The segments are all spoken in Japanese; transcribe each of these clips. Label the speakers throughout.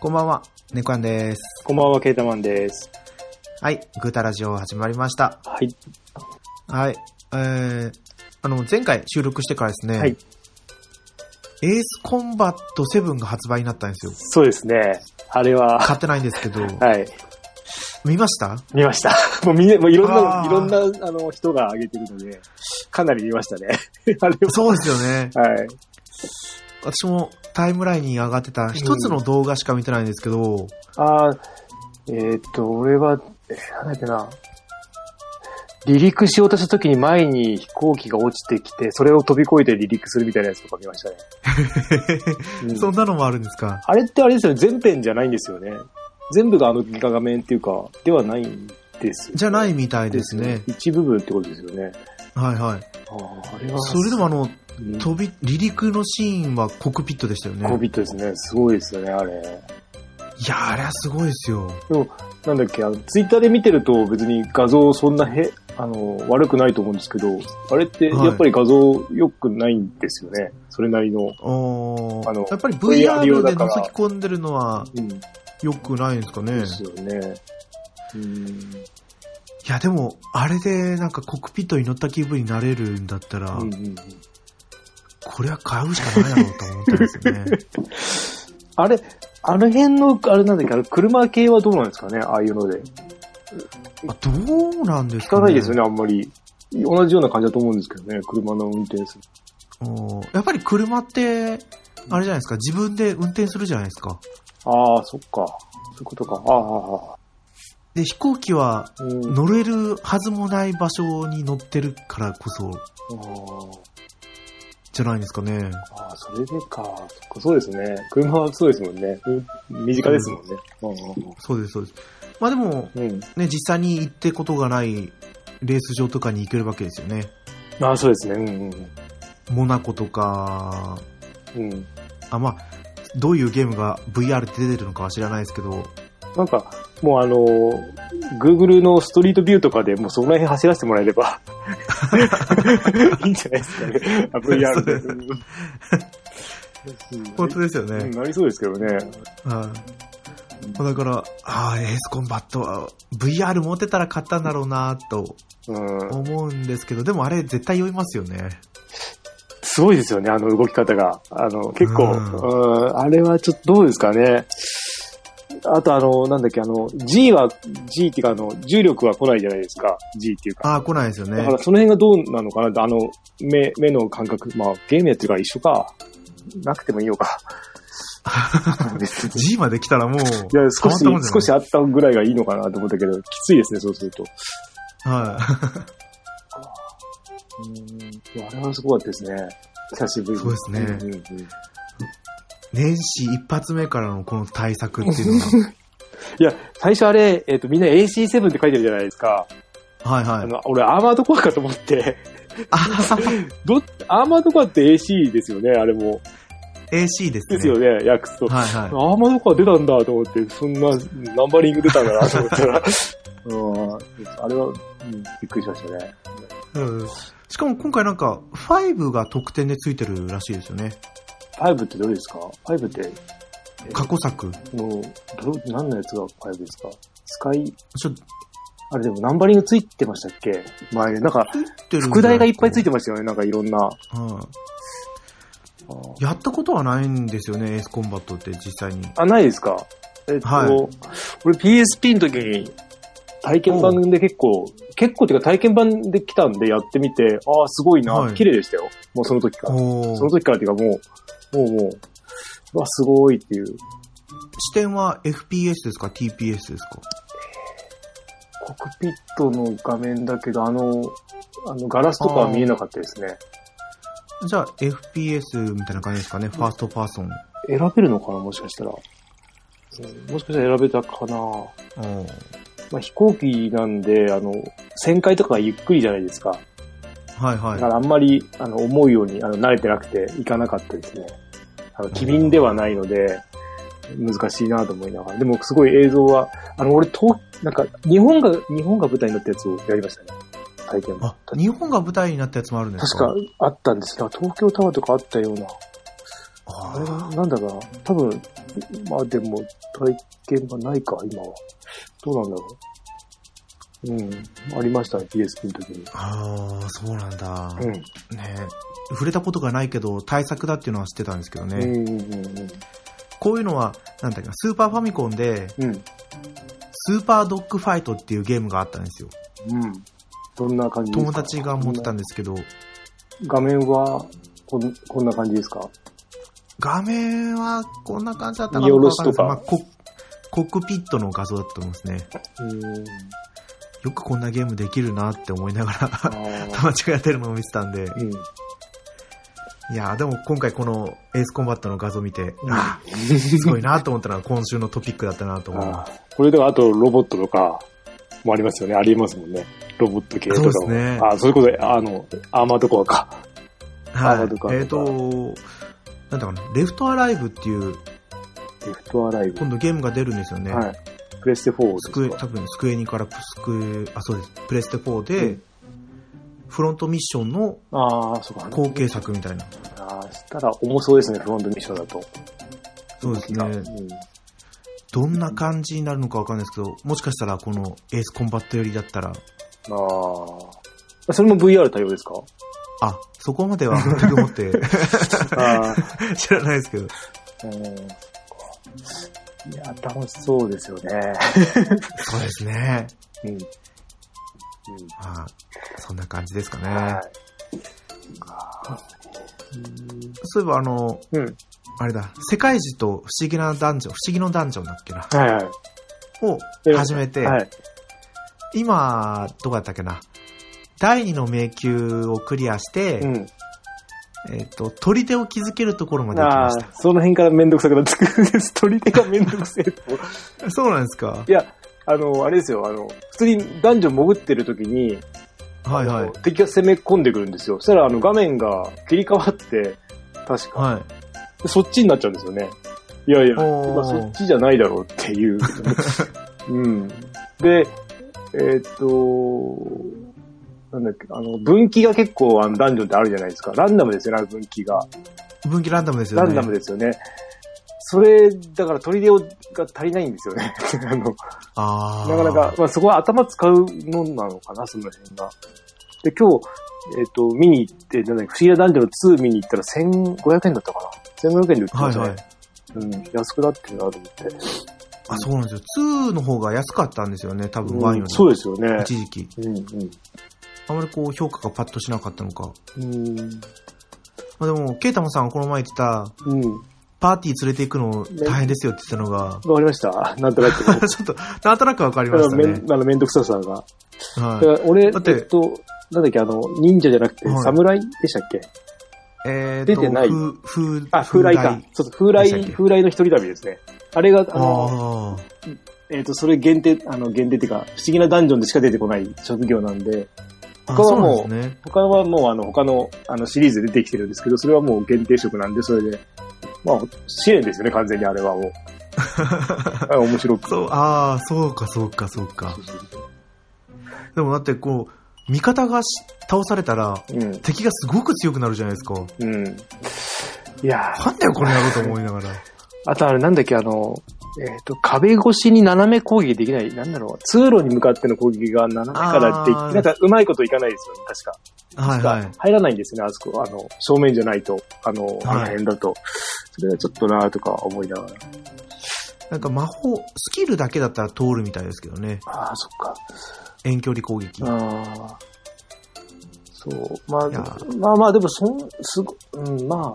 Speaker 1: こんばんは、ネコアンです。
Speaker 2: こんばんは、ケータマンです。
Speaker 1: はい、グータラジオ始まりました。
Speaker 2: はい。
Speaker 1: はい、えー、あの、前回収録してからですね、
Speaker 2: はい。
Speaker 1: エースコンバット7が発売になったんですよ。
Speaker 2: そうですね。あれは、
Speaker 1: 買ってないんですけど、
Speaker 2: はい。
Speaker 1: 見ました
Speaker 2: 見ました。 もうみんな、もういろん
Speaker 1: あ
Speaker 2: な、
Speaker 1: ー
Speaker 2: いろんな、あの、人が上げてるので、かなり見ましたね。 あれは。
Speaker 1: そうですよね。
Speaker 2: はい。
Speaker 1: 私もタイムラインに上がってた一つの動画しか見てないんですけ ど、
Speaker 2: あーえーっと、俺は、えーなんだっけな。離陸しようとした時に前に飛行機が落ちてきて、それを飛び越えて離陸するみたいなやつとか見ましたね。うん
Speaker 1: そんなのもあるんですか
Speaker 2: あれってあれですよね、全編じゃないんですよね。全部があの画面っていうか、ではないんです。
Speaker 1: じゃないみたいですね。
Speaker 2: 一部分ってことですよね。
Speaker 1: はいはい。
Speaker 2: ああ、あれは。
Speaker 1: それでもあの、
Speaker 2: うん、
Speaker 1: 飛び、離陸のシーンはコックピットでしたよね。
Speaker 2: コビットですね。すごいですよね、あれ。
Speaker 1: いやー、あれはすごいですよ。
Speaker 2: なんだっけ、あの、ツイッターで見てると別に画像そんなへ、あの、悪くないと思うんですけど、あれって
Speaker 1: はい
Speaker 2: やっぱり画像良くないんですよね。それなりの。
Speaker 1: お
Speaker 2: あの
Speaker 1: やっぱり
Speaker 2: VR 用
Speaker 1: VR で
Speaker 2: だ
Speaker 1: 覗
Speaker 2: から
Speaker 1: き込んでるのは
Speaker 2: うん。で
Speaker 1: 良くないんですかね。
Speaker 2: すよね。うん。
Speaker 1: いや、でも、あれでなんかコックピットに乗った気分になれるんだったら、
Speaker 2: うんうんうん
Speaker 1: これは買うしかないだろうと思ったんですよね。
Speaker 2: あれ、あの辺の、あれなんだっけ、あれ車系はどうなんですかね、ああいうので。
Speaker 1: あどうなんです
Speaker 2: 聞
Speaker 1: かね。
Speaker 2: かないですよね、あんまり。同じような感じだと思うんですけどね、車の運転する。
Speaker 1: おーやっぱり車って、あれじゃないですか、自分で運転するじゃないですか。
Speaker 2: ああ、そっか。そういうことか。ああああ、
Speaker 1: で、飛行機は
Speaker 2: うん。
Speaker 1: 乗れるはずもない場所に乗ってるからこそ、
Speaker 2: あー
Speaker 1: じゃないですかね。
Speaker 2: ああ、それでか。そっかそうですね。車はそうですもんね。うん身近ですもんね。
Speaker 1: そうです、そうです。まあでも、
Speaker 2: うん。うん。
Speaker 1: ね、実際に行ってことがないレース場とかに行けるわけですよね。
Speaker 2: ああ、そうですね。うん
Speaker 1: モナコとか、
Speaker 2: うん。うん。
Speaker 1: あ、まあ、どういうゲームが VR で出てるのかは知らないですけど、
Speaker 2: なんか、もうあのー、Google のストリートビューとかでもうそこら辺走らせてもらえれば、いいんじゃないですかね。あ VR で。うん
Speaker 1: 本当ですよ
Speaker 2: う
Speaker 1: ね
Speaker 2: ん。なりそうですけどね。
Speaker 1: はい。まあだから、ああ、エースコンバットは VR 持ってたら買ったんだろうなと
Speaker 2: うん。
Speaker 1: 思うんですけど、でもあれ絶対酔いますよね。
Speaker 2: すごいですよね、あの動き方が。あの、結構、
Speaker 1: う
Speaker 2: うん、あれはちょっとどうですかね。あとあの、なんだっけ、あの、G は、G っていうかあの、重力は来ないじゃないですか。G っていうか。
Speaker 1: ああ、来ないですよ
Speaker 2: だ
Speaker 1: ね
Speaker 2: か。らその辺がどうなのかなってあの、目、目の感覚。まあ、ゲームやってるから一緒か。なくてもいい よか。別に
Speaker 1: G まで来たらもう、
Speaker 2: いや、少し
Speaker 1: 変わったもんじゃない、
Speaker 2: 少しあったぐらいがいいのかなと思ったけど、きついですね、そうすると。
Speaker 1: は
Speaker 2: うん、あれはすごかったですね。久しぶりに
Speaker 1: そうですね
Speaker 2: んうんうん
Speaker 1: い。年始一発目からのこの対策っていうの
Speaker 2: いや、最初あれ、えっ、と、みんな AC7 って書いてるじゃないですか。
Speaker 1: が、はいは
Speaker 2: あ
Speaker 1: い。
Speaker 2: の、俺、アーマードコアかと思って。
Speaker 1: あはは
Speaker 2: ど、アーマードコアって AC ですよね、あれも。
Speaker 1: AC ですね。
Speaker 2: ですよね、訳すと。
Speaker 1: はいはい。
Speaker 2: アーマードコア出たんだと思って、そんな、ナンバリング出たんだなと思っ たら。うん、あれは、うん、びっくりしましたね。
Speaker 1: うんしかも今回なんか、5が特典でついてるらしいですよね。
Speaker 2: 5ってどれですか ?5 って、
Speaker 1: 過去作。
Speaker 2: もう、ど、何のやつが5ですかスカイ、
Speaker 1: ちょっと
Speaker 2: あれでもナンバリングついてましたっけ前、なんか、
Speaker 1: 出るんじゃな
Speaker 2: 副題がいっぱいつい
Speaker 1: て
Speaker 2: てましたよね、なんかいろんな。
Speaker 1: る。うんやったことはないんですよね、エースコンバットって実際に。
Speaker 2: あ、ないですかえっと、
Speaker 1: はい
Speaker 2: 俺 PSP の時に体験版で結構、結構っていうか体験版で来たんでやってみて、ああ、すごいな、
Speaker 1: はい
Speaker 2: 綺麗でしたよ。もうその時から。
Speaker 1: お
Speaker 2: そ
Speaker 1: ー
Speaker 2: の時からっていうかもう、もうもう、うわ、すごいっていう。
Speaker 1: 視点は FPS ですか ?TPS ですか
Speaker 2: コックピットの画面だけど、あの、あのガラスとかは見えなかったですね。
Speaker 1: じゃあ FPS みたいな感じですかねファーストパーソン。
Speaker 2: 選べるのかな、もしかしたら。うんもしかしたら選べたかな。
Speaker 1: おー
Speaker 2: まあ、飛行機なんで、あの、旋回とかがゆっくりじゃないですか。
Speaker 1: はいは
Speaker 2: だか
Speaker 1: い。
Speaker 2: らあんまりあの思うようにあの慣れてなくて行かなかったですね。あの機敏ではないので、難しいなと思いながら。でもすごい映像は、あの俺と、なんか日本が、日本が舞台になったやつをやりましたね。体験
Speaker 1: あ
Speaker 2: も。、
Speaker 1: 日本が舞台になったやつもあるんです
Speaker 2: 確
Speaker 1: か
Speaker 2: かあったんですが、東京タワーとかあったような。
Speaker 1: あ
Speaker 2: あれ
Speaker 1: あ
Speaker 2: なんだろうな。多分、まあでも、体験がないか、今は。どうなんだろう。うん。ありましたね、PSP の時に。
Speaker 1: あー、そうなんだ。
Speaker 2: うん。
Speaker 1: ね触れたことがないけど、対策だっていうのは知ってたんですけどね。
Speaker 2: うんうんうんうん。
Speaker 1: こういうのは、なんだっけな、スーパーファミコンで、
Speaker 2: うん。
Speaker 1: スーパードッグファイトっていうゲームがあったんですよ。
Speaker 2: うん。どんな感じです
Speaker 1: 友
Speaker 2: か
Speaker 1: 達が持ってたんですけど、
Speaker 2: 画面はこん、こんな感じですか
Speaker 1: 画面はこんな感じだったか
Speaker 2: 見
Speaker 1: ど
Speaker 2: 下
Speaker 1: う
Speaker 2: ろ
Speaker 1: か
Speaker 2: す
Speaker 1: わかんない
Speaker 2: とか
Speaker 1: ですけどまあココックピットの画像だったと思うんですね。
Speaker 2: うん。
Speaker 1: よくこんなゲームできるなって思いなが
Speaker 2: あ
Speaker 1: ら、
Speaker 2: ー
Speaker 1: 友達がやってるのを見てたんで、
Speaker 2: うん。
Speaker 1: いやーでも今回このエースコンバットの画像見て、
Speaker 2: うん
Speaker 1: あーすごいなと思ったのは今週のトピックだったなと思い
Speaker 2: あ
Speaker 1: ま
Speaker 2: ーこれではあとロボットとかもありますよね。ありえますもんね。ロボット系とかも。
Speaker 1: そうですね
Speaker 2: あ、それこそ、あの、アーマードコアか。
Speaker 1: す。はい
Speaker 2: あーどうか。
Speaker 1: えっ、と、なんだかな、レフトアライブっていう、
Speaker 2: リフトアライブ。
Speaker 1: 今度ゲームが出るんですよね。
Speaker 2: はい。プレステ4
Speaker 1: スクエ
Speaker 2: ですか
Speaker 1: 多分スクエニからスクエあそうですプレステ4で、
Speaker 2: うん
Speaker 1: フロントミッションの
Speaker 2: ああ、そうか。
Speaker 1: 後継作みたいな
Speaker 2: ああ、したら重そうですね、フロントミッションだと。
Speaker 1: そうです
Speaker 2: う
Speaker 1: ね
Speaker 2: ん
Speaker 1: どんな感じになるのかわかんないですけどもしかしたらこのエースコンバット寄りだったら
Speaker 2: ああ。それも VR 対応で すか
Speaker 1: あそこまでは全く思って
Speaker 2: ああ。
Speaker 1: 知らないですけど
Speaker 2: うん。そっかいや、楽しそうですよね。
Speaker 1: そうですね
Speaker 2: うん。うん。
Speaker 1: まあそんな感じですかね
Speaker 2: はい。そっか
Speaker 1: そういえばあの
Speaker 2: うん。うん
Speaker 1: あれだ世界史と不思議なダンジョン不思議のダンジョンだっけな
Speaker 2: はいはい。
Speaker 1: を始めて、
Speaker 2: はい。
Speaker 1: 今どこだったっけな第二の迷宮をクリアして、
Speaker 2: うん。
Speaker 1: えっ、と、砦を築けるところまで行き
Speaker 2: あ
Speaker 1: ま
Speaker 2: あ
Speaker 1: し、
Speaker 2: その辺からめんどくさくなってくるんです。取り手がめんどくせえと。
Speaker 1: た。そうなんですか
Speaker 2: いや、あの、あれですよ、あの、普通に男女潜ってる時に、
Speaker 1: はいは
Speaker 2: あ
Speaker 1: い
Speaker 2: の。敵が攻め込んでくるんですよ。そしたら、あの、画面が切り替わって、確か、
Speaker 1: はい。
Speaker 2: でそっちになっちゃうんですよね。いやいや、
Speaker 1: おー
Speaker 2: まあ、そっちじゃないだろうっていう。 うん。で、えーっと、なんだっけ、あの、分岐が結構、あの、ダンジョンってあるじゃないですか。ランダムですよね、あの分岐が。
Speaker 1: 分岐ランダムですよ
Speaker 2: ラ
Speaker 1: ね。
Speaker 2: ンダムですよね。それ、だから取り出が足りないんですよね。 あの、
Speaker 1: ああ。
Speaker 2: なかなか、まあ、そこは頭使うもんなのかな、その辺が。で、今日、えっ、と、見に行って、なんだっけ不思議な男女の2見に行ったら1500円だったかな。1500円で売ってま
Speaker 1: は
Speaker 2: し
Speaker 1: い
Speaker 2: たね。
Speaker 1: はい。
Speaker 2: うん、安くなってるなと思って。
Speaker 1: あ、そうなんですよ。2の方が安かったんですよね、多分1より。
Speaker 2: そうですよね。
Speaker 1: 一時期。
Speaker 2: うん、
Speaker 1: あまりこう、評価がパッとしなかったのか。
Speaker 2: うん。うん。
Speaker 1: まあでも、ケイタマンさんがこの前言ってた、
Speaker 2: うん。
Speaker 1: パーティー連れて行くの大変ですよって言ってたのが、
Speaker 2: わかりました。 なんとなく。だか
Speaker 1: ちょっと、なんとなくわかりま
Speaker 2: ら
Speaker 1: した
Speaker 2: め
Speaker 1: ね
Speaker 2: ん、。あの、めんどくささが。だ
Speaker 1: は
Speaker 2: から俺、
Speaker 1: だって
Speaker 2: えっと、なんだっけ、あの、忍者じゃなくて
Speaker 1: はい、
Speaker 2: 侍でしたっけ、
Speaker 1: い。えー、
Speaker 2: 出てない
Speaker 1: ふ、ふ、
Speaker 2: あ、風来
Speaker 1: 風
Speaker 2: か。そうそう、風
Speaker 1: でし
Speaker 2: 来、
Speaker 1: たっけ
Speaker 2: 風来の一人旅ですね。あれが、あの、
Speaker 1: あ
Speaker 2: えっ、と、それ限定、あの、限定っていうか、不思議なダンジョンでしか出てこない職業なんで、
Speaker 1: あ。
Speaker 2: 他
Speaker 1: あ、そ
Speaker 2: は
Speaker 1: う
Speaker 2: もう
Speaker 1: なんですね。
Speaker 2: 他はもうあの、他の、あの、シリーズで出てきてるんですけど、それはもう限定職なんで、それで、まあ、支援ですよね、完全にあれはもう。 あ面白く。
Speaker 1: そう、ああ、そうか、そうか、そうか
Speaker 2: そ。うそうそう
Speaker 1: でもだってこう、味方がし倒されたら、
Speaker 2: うん。
Speaker 1: 敵がすごく強くなるじゃないですか。
Speaker 2: うん。いやー
Speaker 1: なんだよ、これやろうと思いながら。
Speaker 2: あとあれなんだっけ、あの、えっ、と、壁越しに斜め攻撃できない、なんだろう、通路に向かっての攻撃が斜めからでき、
Speaker 1: あー
Speaker 2: なんかうまいこといかないですよね、 確か。
Speaker 1: はいはい。
Speaker 2: 入らないんですね、あそこ、あの、正面じゃないと、あの、あの辺だと。それはちょっとなぁとか思いながら。
Speaker 1: なんか魔法、スキルだけだったら通るみたいですけどね。
Speaker 2: ああ、そっか。
Speaker 1: 遠距離攻撃。
Speaker 2: ああ。そう。まあ
Speaker 1: いや、
Speaker 2: まあまあ、でも、そん、すご、うん、まあ、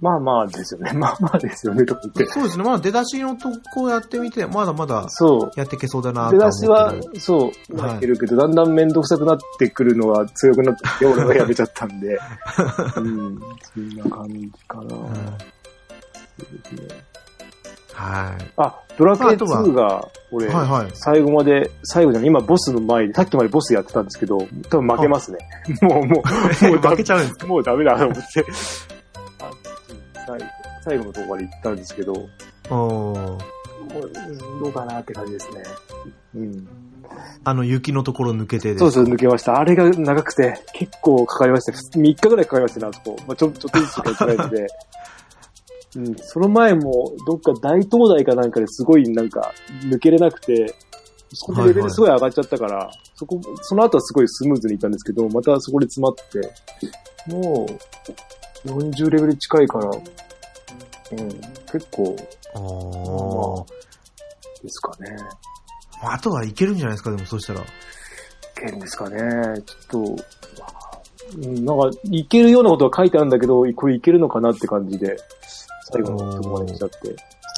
Speaker 2: まあまあですよね。 まあまあですよね、とか言って。
Speaker 1: そうですね。まあ出だしのとこやってみて、まだまだ
Speaker 2: そう。
Speaker 1: やっていけそうだなと
Speaker 2: 出
Speaker 1: は
Speaker 2: だしは
Speaker 1: 思うけど、
Speaker 2: そう、
Speaker 1: はい
Speaker 2: なってるけど、だんだんめんどくさくなってくるのが強くなってきて、俺がやめちゃった んで。うん、そんな感じかな、
Speaker 1: うんはい。
Speaker 2: あ、ドラクエ
Speaker 1: まああとは
Speaker 2: 2が、俺、
Speaker 1: はいはい。
Speaker 2: 最後まで、最後じゃない、今ボスの前で、さっきまでボスやってたんですけど、多分負けますね。 もう、もう、 もう
Speaker 1: 負
Speaker 2: ダ
Speaker 1: け
Speaker 2: メ
Speaker 1: ち、ゃうんですか
Speaker 2: もうダメだと思って。 あ最後最後のとこまで行ったんですけど、も
Speaker 1: おー
Speaker 2: う、どうかなって感じですね。うん。
Speaker 1: あの雪のところ抜けてです
Speaker 2: そうそう、抜けました。あれが長くて、結構かかりました。3日ぐらいかかりましたね、あそこ。まあ、ちょ、ちょっとずつしか行ってないので。うん、その前も、どっか大東大かなんかですごいなんか抜けれなくて、そこでレベルすごい上がっちゃったから、そこ、その後はすごいスムーズにいったんですけど、またそこで詰まって、もう、40レベル近いから、うん、結構で
Speaker 1: あー
Speaker 2: すかね。
Speaker 1: まああとはいけるんじゃないですか、でもそうしたら。
Speaker 2: いけるんですかね。ちょっと、まあうん、なんか、いけるようなことは書いてあるんだけど、これいけるのかなって感じで、最後のとこまで来ちゃって。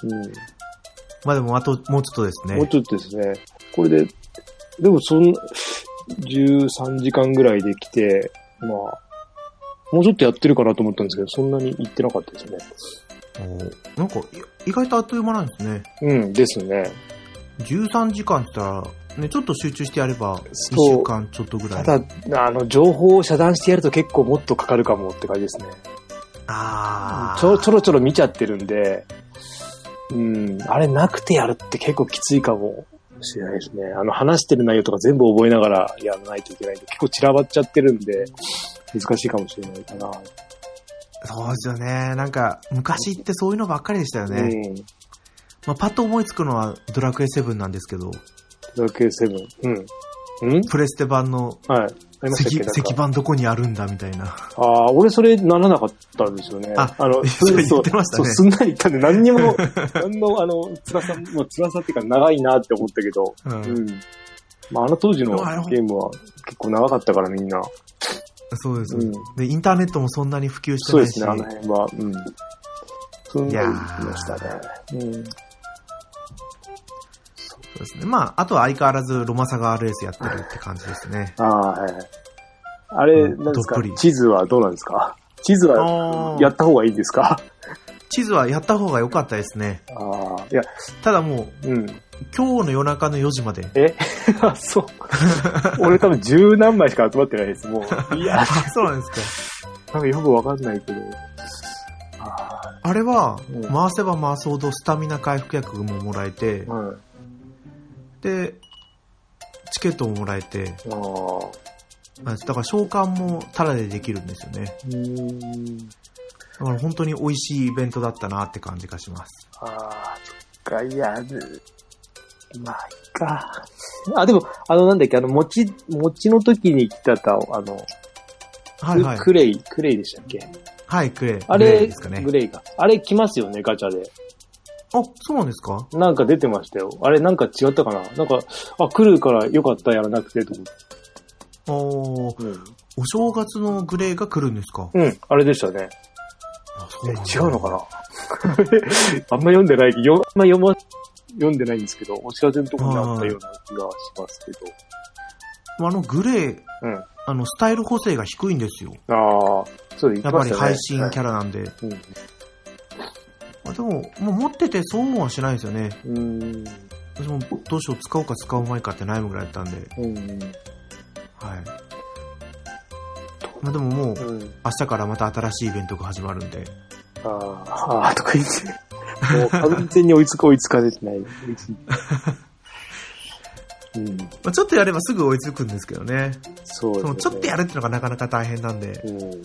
Speaker 2: うん
Speaker 1: まあでもあともうちょっとです
Speaker 2: もう
Speaker 1: ね。
Speaker 2: ちょっとですね。これで、でもそん、13時間ぐらいできて、まあ、もうちょっとやってるかなと思ったんですけど、そんなに行ってなかったですね。
Speaker 1: おーなんかい意外とあっという間なんですね。
Speaker 2: うん、ですね。
Speaker 1: 13時間って言ったら、ね、ちょっと集中してやれば、1
Speaker 2: そう
Speaker 1: 週間ちょっとぐら
Speaker 2: た
Speaker 1: い。
Speaker 2: だ、あの、情報を遮断してやると結構もっとかかるかもって感じですね。
Speaker 1: ああ。
Speaker 2: ちょ、ちょろちょろ見ちゃってるんで、うん、あれなくてやるって結構きついかもしれないですね。あの、話してる内容とか全部覚えながらやらないといけないんで、結構散らばっちゃってるんで、難しいかもしれないかな。
Speaker 1: そうですよね。なんか、昔ってそういうのばっかりでしたよね。
Speaker 2: うん。
Speaker 1: まあ、パッと思いつくのはドラクエ7なんですけど、
Speaker 2: ドラクエ7。うん。うん
Speaker 1: プレステ版の
Speaker 2: はい。ありましたっ
Speaker 1: 石
Speaker 2: けなん
Speaker 1: 石
Speaker 2: か
Speaker 1: 版どこにあるんだみたいな。
Speaker 2: ああー、俺それならなかったんですよね。
Speaker 1: あ
Speaker 2: の
Speaker 1: そう言ってましたね
Speaker 2: そう、すんなり言ったんで、何にも、何の、あの、辛さ、もう辛さっていうか長いなって思ったけど、
Speaker 1: うん
Speaker 2: うん。まあ、あの当時の
Speaker 1: あれほん
Speaker 2: ゲームは結構長かったからみんな。
Speaker 1: そうです、
Speaker 2: うん。
Speaker 1: で、インターネットもそんなに普及して
Speaker 2: そう
Speaker 1: ない
Speaker 2: で
Speaker 1: し。
Speaker 2: すね、あの辺は。うん。すんなり行きました
Speaker 1: いや
Speaker 2: ね。うん。
Speaker 1: そうですねまあ、あとは相変わらずロマサガレースやってるって感じですね。
Speaker 2: ああ、はいはい。あれ、
Speaker 1: うん
Speaker 2: なんです
Speaker 1: ど
Speaker 2: か
Speaker 1: っぷり
Speaker 2: 地図はどうなんですか地図は
Speaker 1: あー
Speaker 2: やった方がいいんですか
Speaker 1: 地図はやった方が良かったですね。
Speaker 2: ああ、いや、
Speaker 1: ただもう、
Speaker 2: うん。
Speaker 1: 今日の夜中の4時まで。
Speaker 2: えあそう。俺多分十何枚しか集まってない です、もう。いや、
Speaker 1: あ、そうなんです
Speaker 2: なんかよくわかんないけど。あ
Speaker 1: か。あれは
Speaker 2: うん、
Speaker 1: 回せば回すほどスタミナ回復薬ももらえて
Speaker 2: ー、うん。
Speaker 1: で、チケットももらえて、
Speaker 2: あー
Speaker 1: あだから召喚もタダでできるんですよね。
Speaker 2: うーん。
Speaker 1: だから本当に美味しいイベントだったなって感じがします。
Speaker 2: あーそっか、いや、ずまあ、いっか。あ、でも、あの、なんだっけ、あの、餅、餅の時に来たた、あの、
Speaker 1: はいはい
Speaker 2: ク。クレイ、クレイでしたっけ
Speaker 1: はい、クレイ。グ
Speaker 2: あ
Speaker 1: レ
Speaker 2: れ、
Speaker 1: イですかね
Speaker 2: グ。レイか。あれ来ますよね、ガチャで。
Speaker 1: あ、そうなんですか
Speaker 2: なんか出てましたよ。あれ、なんか違ったかななんか、あ、来るからよかった、やらなくて、と思って。
Speaker 1: おー
Speaker 2: うん
Speaker 1: お正月のグレイが来るんですか
Speaker 2: うん、あれでしたね。
Speaker 1: あそ
Speaker 2: え、
Speaker 1: うなんだ
Speaker 2: 違うのかな あんま読んでない、よあんま読ま、読んでないんですけど、お知らせのところにあったような気がしますけど。
Speaker 1: あの、グレイ、
Speaker 2: うん
Speaker 1: あの、スタイル補正が低いんですよ。
Speaker 2: ああ、そう
Speaker 1: やっ
Speaker 2: で言って
Speaker 1: ぱ
Speaker 2: まし
Speaker 1: り
Speaker 2: たね。
Speaker 1: 配信キ
Speaker 2: ャ
Speaker 1: ャラなんで。
Speaker 2: ラ。
Speaker 1: あでも、もう持ってて損はしないですよね。
Speaker 2: うん。うん。
Speaker 1: 私もどうしよう、使おうか使うまいかって悩むぐらいやったんで。
Speaker 2: うん。
Speaker 1: はい。まあでももう、
Speaker 2: うん。
Speaker 1: 明日からまた新しいイベントが始まるんで。
Speaker 2: あーあー、とか言って。もう完全に追いつか追いつかれてない。追いついうん。
Speaker 1: まあ、ちょっとやればすぐ追いつくんですけどね。
Speaker 2: そうです
Speaker 1: そ
Speaker 2: ね。
Speaker 1: のちょっとやるっていうのがなかなか大変なんで。
Speaker 2: うん。
Speaker 1: うん、い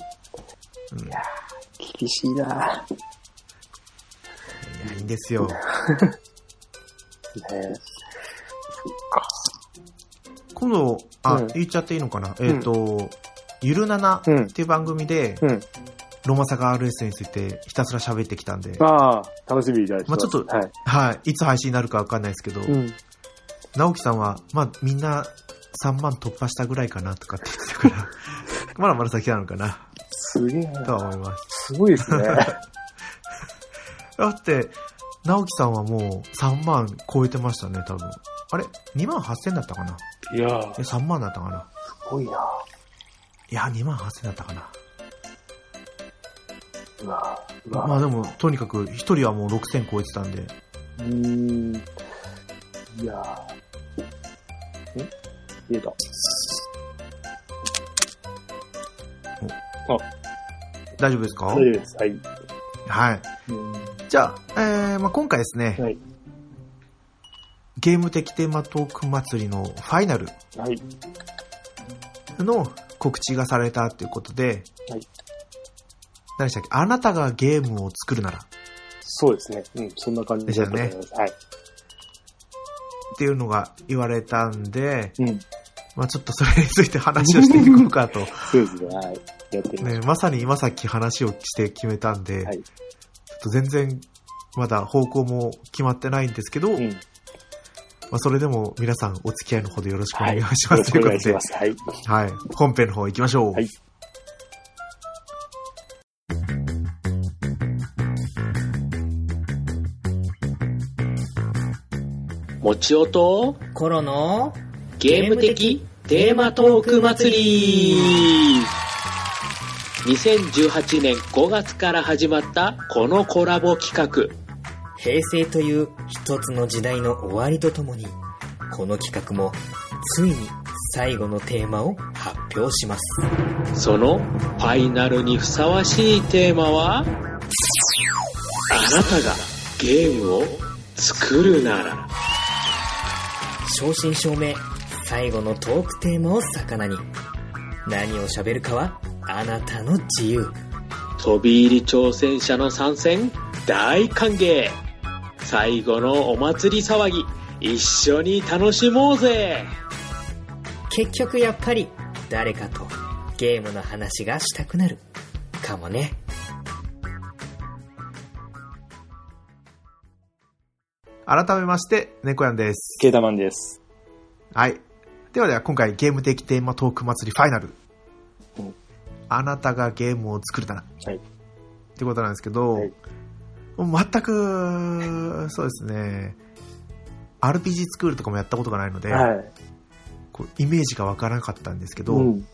Speaker 2: 厳しいな
Speaker 1: やいいんですよ。
Speaker 2: ね
Speaker 1: 今度、あ、
Speaker 2: うん
Speaker 1: 言っちゃっていいのかな。えっ、と、ゆるなな
Speaker 2: うん
Speaker 1: っ。ていう番組で、
Speaker 2: うん。
Speaker 1: ロマサガ RS についてひたすら喋ってきたんで、
Speaker 2: ああ、楽しみじゃないですか。
Speaker 1: まあちょっと
Speaker 2: はい。
Speaker 1: はい、いつ配信になるかわかんないですけど、
Speaker 2: うん。
Speaker 1: 直樹さんは、まあみんな3万突破したぐらいかなとかって言ってたから、 まだまだ先なのかな、
Speaker 2: すげえな。
Speaker 1: とは思います。
Speaker 2: すごいですね。
Speaker 1: だって、直樹さんはもう3万超えてましたね、多分。あれ ?2 万8000だったかない
Speaker 2: やー、
Speaker 1: え
Speaker 2: す
Speaker 1: ?3 万だったかな
Speaker 2: ごいな。
Speaker 1: いや、2万8000だったかな。
Speaker 2: うわーうわー
Speaker 1: まあでも、とにかく1人はもう6000超えてたんで、
Speaker 2: うーん。いやー。ん消えた。
Speaker 1: 大丈夫ですか
Speaker 2: 大丈夫です。はい。
Speaker 1: はい。じゃあ、えーまあ、今回ですね、
Speaker 2: はい
Speaker 1: ゲーム的テーマトーク祭りのファイナル
Speaker 2: はい。
Speaker 1: の告知がされたということで、
Speaker 2: はい
Speaker 1: 何でしたっけあなたがゲームを作るなら
Speaker 2: そうですね。うん、そんな感じだと思います。はい。
Speaker 1: っていうのが言われたんで、
Speaker 2: うん、
Speaker 1: まあちょっとそれについて話をしていこうかと。
Speaker 2: そうですね。はい。やってみま
Speaker 1: ね、
Speaker 2: し
Speaker 1: まさに今さっき話をして決めたんで、
Speaker 2: は
Speaker 1: ちょ
Speaker 2: い
Speaker 1: っと全然まだ方向も決まってないんですけど、
Speaker 2: ょう。うん。よ
Speaker 1: まあ、それでも皆さんお付き合いのほどよろしくお願いします、
Speaker 2: ろし
Speaker 1: と
Speaker 2: く
Speaker 1: いう
Speaker 2: お
Speaker 1: こ
Speaker 2: 願
Speaker 1: と
Speaker 2: いし
Speaker 1: で
Speaker 2: ま、す。は
Speaker 1: は
Speaker 2: い。
Speaker 1: い、本編の方行きましょう。
Speaker 2: はい
Speaker 3: もちおと
Speaker 4: コロの
Speaker 3: ゲーム的テーマトーク祭り2018年5月から始まったこのコラボ企画
Speaker 4: 平成という一つの時代の終わりとともにこの企画もついに最後のテーマを発表します
Speaker 3: そのファイナルにふさわしいテーマはあなたがゲームを作るなら
Speaker 4: 正真正銘最後のトークテーマを魚に何を喋るかはあなたの自由
Speaker 3: 飛び入り挑戦者の参戦大歓迎最後のお祭り騒ぎ一緒に楽しもうぜ
Speaker 4: 結局やっぱり誰かとゲームの話がしたくなるかもね
Speaker 1: 改めまして、猫やんです。
Speaker 2: ケータマンです。
Speaker 1: はい。ではでは今回ゲーム的テーマトーク祭りファイナル。
Speaker 2: うん
Speaker 1: あなたがゲームを作るなら。
Speaker 2: はい
Speaker 1: ってことなんですけど、
Speaker 2: はい
Speaker 1: もう全く、そうですね、RPG スクールとかもやったことがないので、
Speaker 2: はい。
Speaker 1: こうイメージがわからなかったんですけど、
Speaker 2: うん。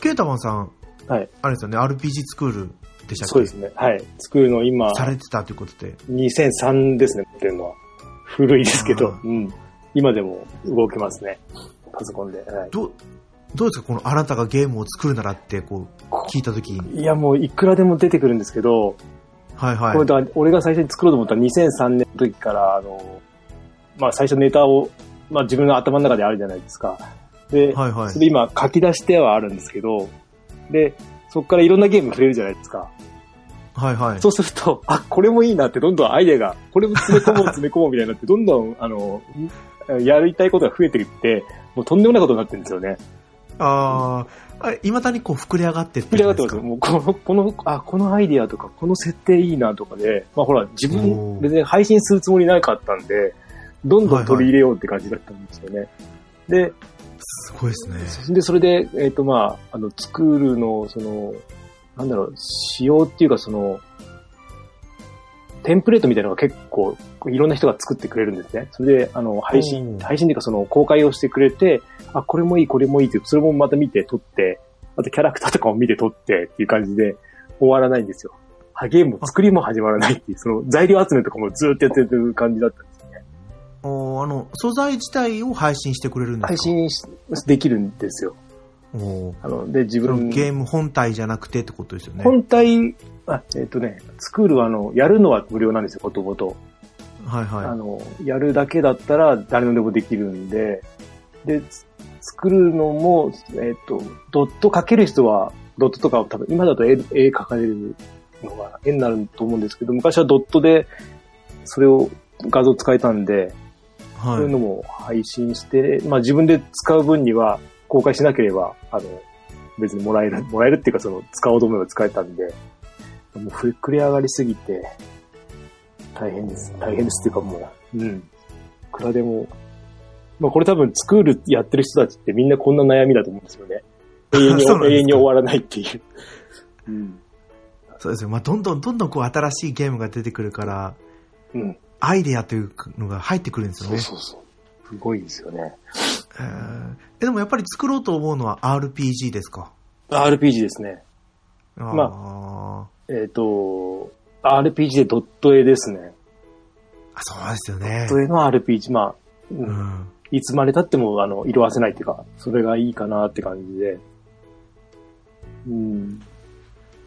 Speaker 1: ケータマンさん、
Speaker 2: はい
Speaker 1: あれですよね、RPG スクールでしたっけ
Speaker 2: そうですね。はい。作るの今、
Speaker 1: されてたということで、
Speaker 2: 2003ですね、持ってるのは。古いですけ
Speaker 1: あ
Speaker 2: ど
Speaker 1: ー、
Speaker 2: うん。今でも動けますね。パソコンで。はい
Speaker 1: どう、どうですかこのあなたがゲームを作るならって、こう、聞いたときに。
Speaker 2: いや、もういくらでも出てくるんですけど、
Speaker 1: はいはい。
Speaker 2: これだから俺が最初に作ろうと思った2003年の時から、あの、まあ最初ネタを、まあ自分の頭の中であるじゃないですか。で、
Speaker 1: はいはい
Speaker 2: そ。れ今書き出してはあるんですけど、で、そこからいろんなゲーム触れるじゃないですか。
Speaker 1: はいはい。
Speaker 2: そうすると、あ、これもいいなってどんどんアイデアが、これも詰め込も う詰め込もうみたいになって、どんどん、あの、やりたいことが増えていって、もうとんでもないことになってるんですよね。
Speaker 1: ああ、いまだにこう膨れ上がってって
Speaker 2: 膨れ上がってますよ。もうこの、この、あ、このアイディアとか、この設定いいなとかで、まあほら、自
Speaker 1: お
Speaker 2: 分、
Speaker 1: ー
Speaker 2: 別に配信するつもりなかったんで、どんどん取り入れようって感じだったんですよね。
Speaker 1: すごいですね。
Speaker 2: で、で、それで、えっ、とまあ、あの、作るの、その、なんだろう、仕様っていうかその、テンプレートみたいなのが結構、いろんな人が作ってくれるんですね。それで、あの、配
Speaker 1: お
Speaker 2: 信、
Speaker 1: ー
Speaker 2: 配信っていうかその、公開をしてくれて、あ、これもいい、これもいいって、それもまた見て撮って、あとキャラクターとかも見て撮ってっていう感じで終わらないんですよ。はゲームも作りも始まらないっていう、その材料集めとかもずーっとやってる感じだったんですよね。
Speaker 1: おーあの、素材自体を配信してくれるんですか
Speaker 2: 配信しできるんですよ。
Speaker 1: おー
Speaker 2: あの、で、自
Speaker 1: その
Speaker 2: 分。
Speaker 1: ゲーム本体じゃなくてってことですよね。
Speaker 2: 本体、あ、えっ、とね、スクールはあの、やるのは無料なんですよ、ことごと。
Speaker 1: はい
Speaker 2: あ
Speaker 1: は
Speaker 2: の、やるだけだったら誰のでもできるんで、で、つ作るのも、えっ、と、ドットかける人は、ドットとかを多分、今だと絵、絵描かれるのが絵になると思うんですけど、昔はドットで、それを、画像使えたんで、
Speaker 1: い。
Speaker 2: そういう
Speaker 1: は
Speaker 2: のも配信して、まあ自分で使う分には、公開しなければ、あの、別にもらえる、 もらえるっていうか、その、使おうと思えば使えたんで、もう、ふっくり上がりすぎて、大変です。大変ですっていうかもう、うん。いくらでも、まあこれ多分、スクールやってる人たちってみんなこんな悩みだと思うんですよ ね。永遠に、
Speaker 1: そうなんですか
Speaker 2: 永遠に終わらないっていう。うん。
Speaker 1: い。そうですよ。まあ、どんどんどんどんこう新しいゲームが出てくるから、
Speaker 2: うん。
Speaker 1: アイデアというのが入ってくるんですよ
Speaker 2: そ
Speaker 1: ね
Speaker 2: う。そうそう。すごいですよね。
Speaker 1: えーえでもやっぱり作ろうと思うのは RPG ですか
Speaker 2: RPG ですね。
Speaker 1: あー
Speaker 2: えっ、と、RPG でドット絵ですね。
Speaker 1: あ、そうですよね。
Speaker 2: それの RPG、まあ、う
Speaker 1: うんん。
Speaker 2: いつまで経ってもあの色褪せないっていうか、それがいいかなって感じで。うん。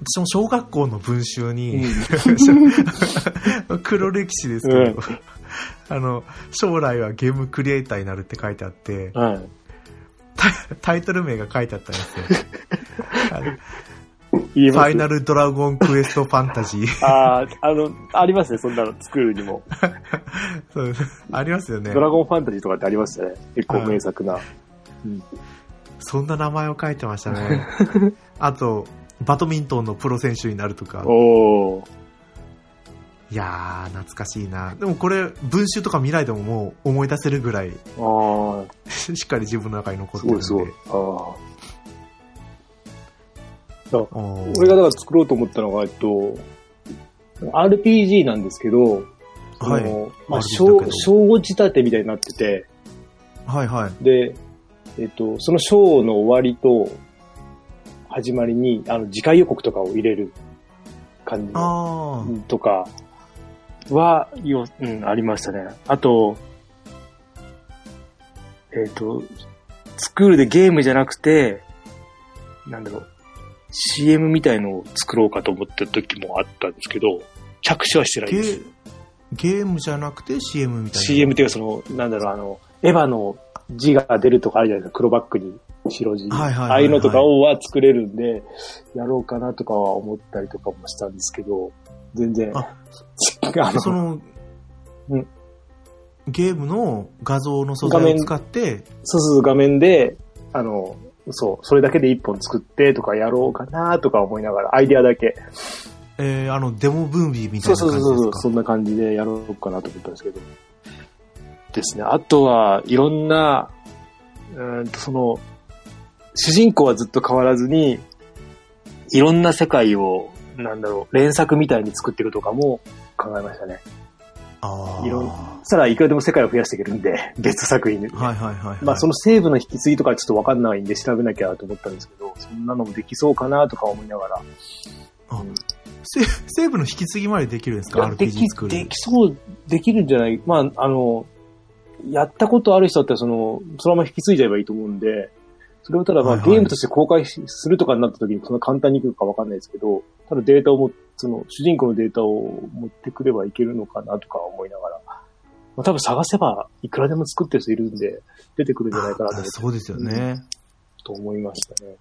Speaker 1: 私も小学校の文集に、 黒歴史ですけど、
Speaker 2: うん
Speaker 1: あの、将来はゲームクリエイターになるって書いてあって、
Speaker 2: はい。
Speaker 1: タイトル名が書いてあったんですよ。あの
Speaker 2: 言え
Speaker 1: フ
Speaker 2: ます
Speaker 1: ァイナルドラゴンクエストファンタ ジー。
Speaker 2: ああ、あの、ありますね、そんなの作るにも。
Speaker 1: そうですありますよね
Speaker 2: ド。ラゴンファンタジーとかってありましたね。結構
Speaker 1: はい
Speaker 2: 名作な。うん
Speaker 1: そんな名前を書いてましたね。 あと、バドミントンのプロ選手になるとか。
Speaker 2: おー
Speaker 1: いやー、懐かしいな。でもこれ、文集とか見ないでももう思い出せるぐらい、
Speaker 2: あ
Speaker 1: しっかり自分の中に残
Speaker 2: あ、
Speaker 1: っ
Speaker 2: す
Speaker 1: てるん
Speaker 2: ごい
Speaker 1: で。
Speaker 2: すごい。ああ。
Speaker 1: おー
Speaker 2: 俺がだから作ろうと思ったのが、えっと、RPG なんですけど、
Speaker 1: はい
Speaker 2: あのま
Speaker 1: RPG だ
Speaker 2: あ、
Speaker 1: け
Speaker 2: 章
Speaker 1: ど
Speaker 2: 章を仕立てみたいになってて、
Speaker 1: はいはい。
Speaker 2: で、えっと、その章の終わりと始まりに、あの、次回予告とかを入れる感じの
Speaker 1: あ
Speaker 2: うんとかは、よ、うん、ありましたね。あと、えっと、スクールでゲームじゃなくて、なんだろう、CM みたいのを作ろうかと思った時もあったんですけど、着手はしてな
Speaker 1: ー
Speaker 2: いです。
Speaker 1: ゲ、ゲームじゃなくて CM みたいな。
Speaker 2: CM っていうかその、なんだろう、あの、エヴァの字が出るとかあるじゃないですか、黒バックに白字。
Speaker 1: はいはいはいはい
Speaker 2: ああいうのとかをは作れるんで、やろうかなとかは思ったりとかもしたんですけど、全然、
Speaker 1: あ
Speaker 2: あの
Speaker 1: その、
Speaker 2: うん
Speaker 1: ゲームの画像の素材を使って、
Speaker 2: そうそう画面で、あの、そう、それだけで一本作ってとかやろうかなとか思いながら、アイデアだけ。
Speaker 1: えー、あの、デモブービーみた
Speaker 2: そ
Speaker 1: いうな
Speaker 2: そ
Speaker 1: 感
Speaker 2: う
Speaker 1: じ
Speaker 2: そ
Speaker 1: で
Speaker 2: う
Speaker 1: すか
Speaker 2: そう、そんな感じでやろうかなと思ったんですけど。ですね。あとは、いろんな、うーんと、その、主人公はずっと変わらずに、いろんな世界を、なんだろう、連作みたいに作っていくとかも考えましたね。
Speaker 1: あー
Speaker 2: いろんそしたらいくらでも世界を増やしていけるんで、 別作品で。
Speaker 1: はいはいはい、はい。
Speaker 2: まあその成分の引き継ぎとかちょっとわかんないんで調べなきゃと思ったんですけど、そんなのもできそうかなとか思いながら。
Speaker 1: あセセーブの引き継ぎまでできるんですか
Speaker 2: いやで
Speaker 1: ?RPG
Speaker 2: き
Speaker 1: 作、る。
Speaker 2: できそう、できるんじゃないまああの、やったことある人だったらその、そのまま引き継いじゃえばいいと思うんで、それをただまあ
Speaker 1: はいはい
Speaker 2: ゲームとして公開しするとかになった時にそんな簡単にいくのかわかんないですけど、ただデータをも、その主人公のデータを持ってくればいけるのかなとか思いながら、まあ多分探せばいくらでも作ってる人いるんで、出てくるんじゃないかなと
Speaker 1: あ
Speaker 2: 思って
Speaker 1: そうですよね。
Speaker 2: と思いましたね。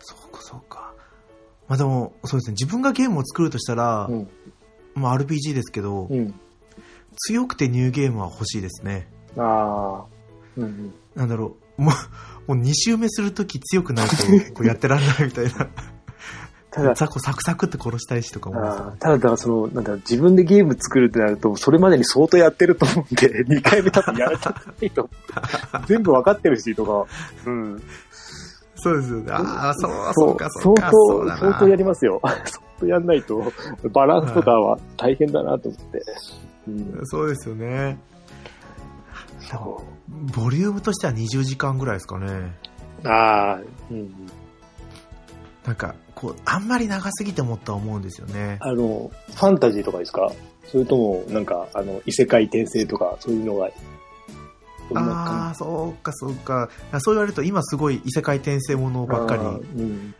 Speaker 1: そうかそうか。まあでも、そうですね。自分がゲームを作るとしたら、
Speaker 2: うん
Speaker 1: まあ RPG ですけど、
Speaker 2: うん。
Speaker 1: 強くてニューゲームは欲しいですね。
Speaker 2: ああ。うんうん。
Speaker 1: なんだろう、もう、もう2周目するとき強くないと、こうやってらんないみたいな。
Speaker 2: ただ、
Speaker 1: ザコサクサクって殺したいしとか
Speaker 2: あ
Speaker 1: 思いますよ
Speaker 2: ーただ、だからその、なんだろう、自分でゲーム作るってなると、それまでに相当やってると思うんで、2回 目多分やらたくないと思 う。全部わかってるし、とか。うん。
Speaker 1: そうですよね。ああ、そう、
Speaker 2: そ
Speaker 1: そううか、そう
Speaker 2: 相
Speaker 1: か、そう
Speaker 2: 当、
Speaker 1: だ
Speaker 2: 相当や
Speaker 1: な。
Speaker 2: りますよ。 相当やんないと、バランスとかは大変だなと思って。うん。
Speaker 1: そうですよね。
Speaker 2: そ
Speaker 1: ボリュームとしては20時間ぐらいですかね。
Speaker 2: う。ああ、うん。
Speaker 1: なんか、こう、あんまり長すぎてもとは思うんですよね。
Speaker 2: あの、ファンタジーとかですかそれとも、なんか、あの、異世界転生とか、そういうのが、どんな
Speaker 1: ああー、そうか、そうか。そう言われると、今すごい異世界転生ものばっかり
Speaker 2: あーうん。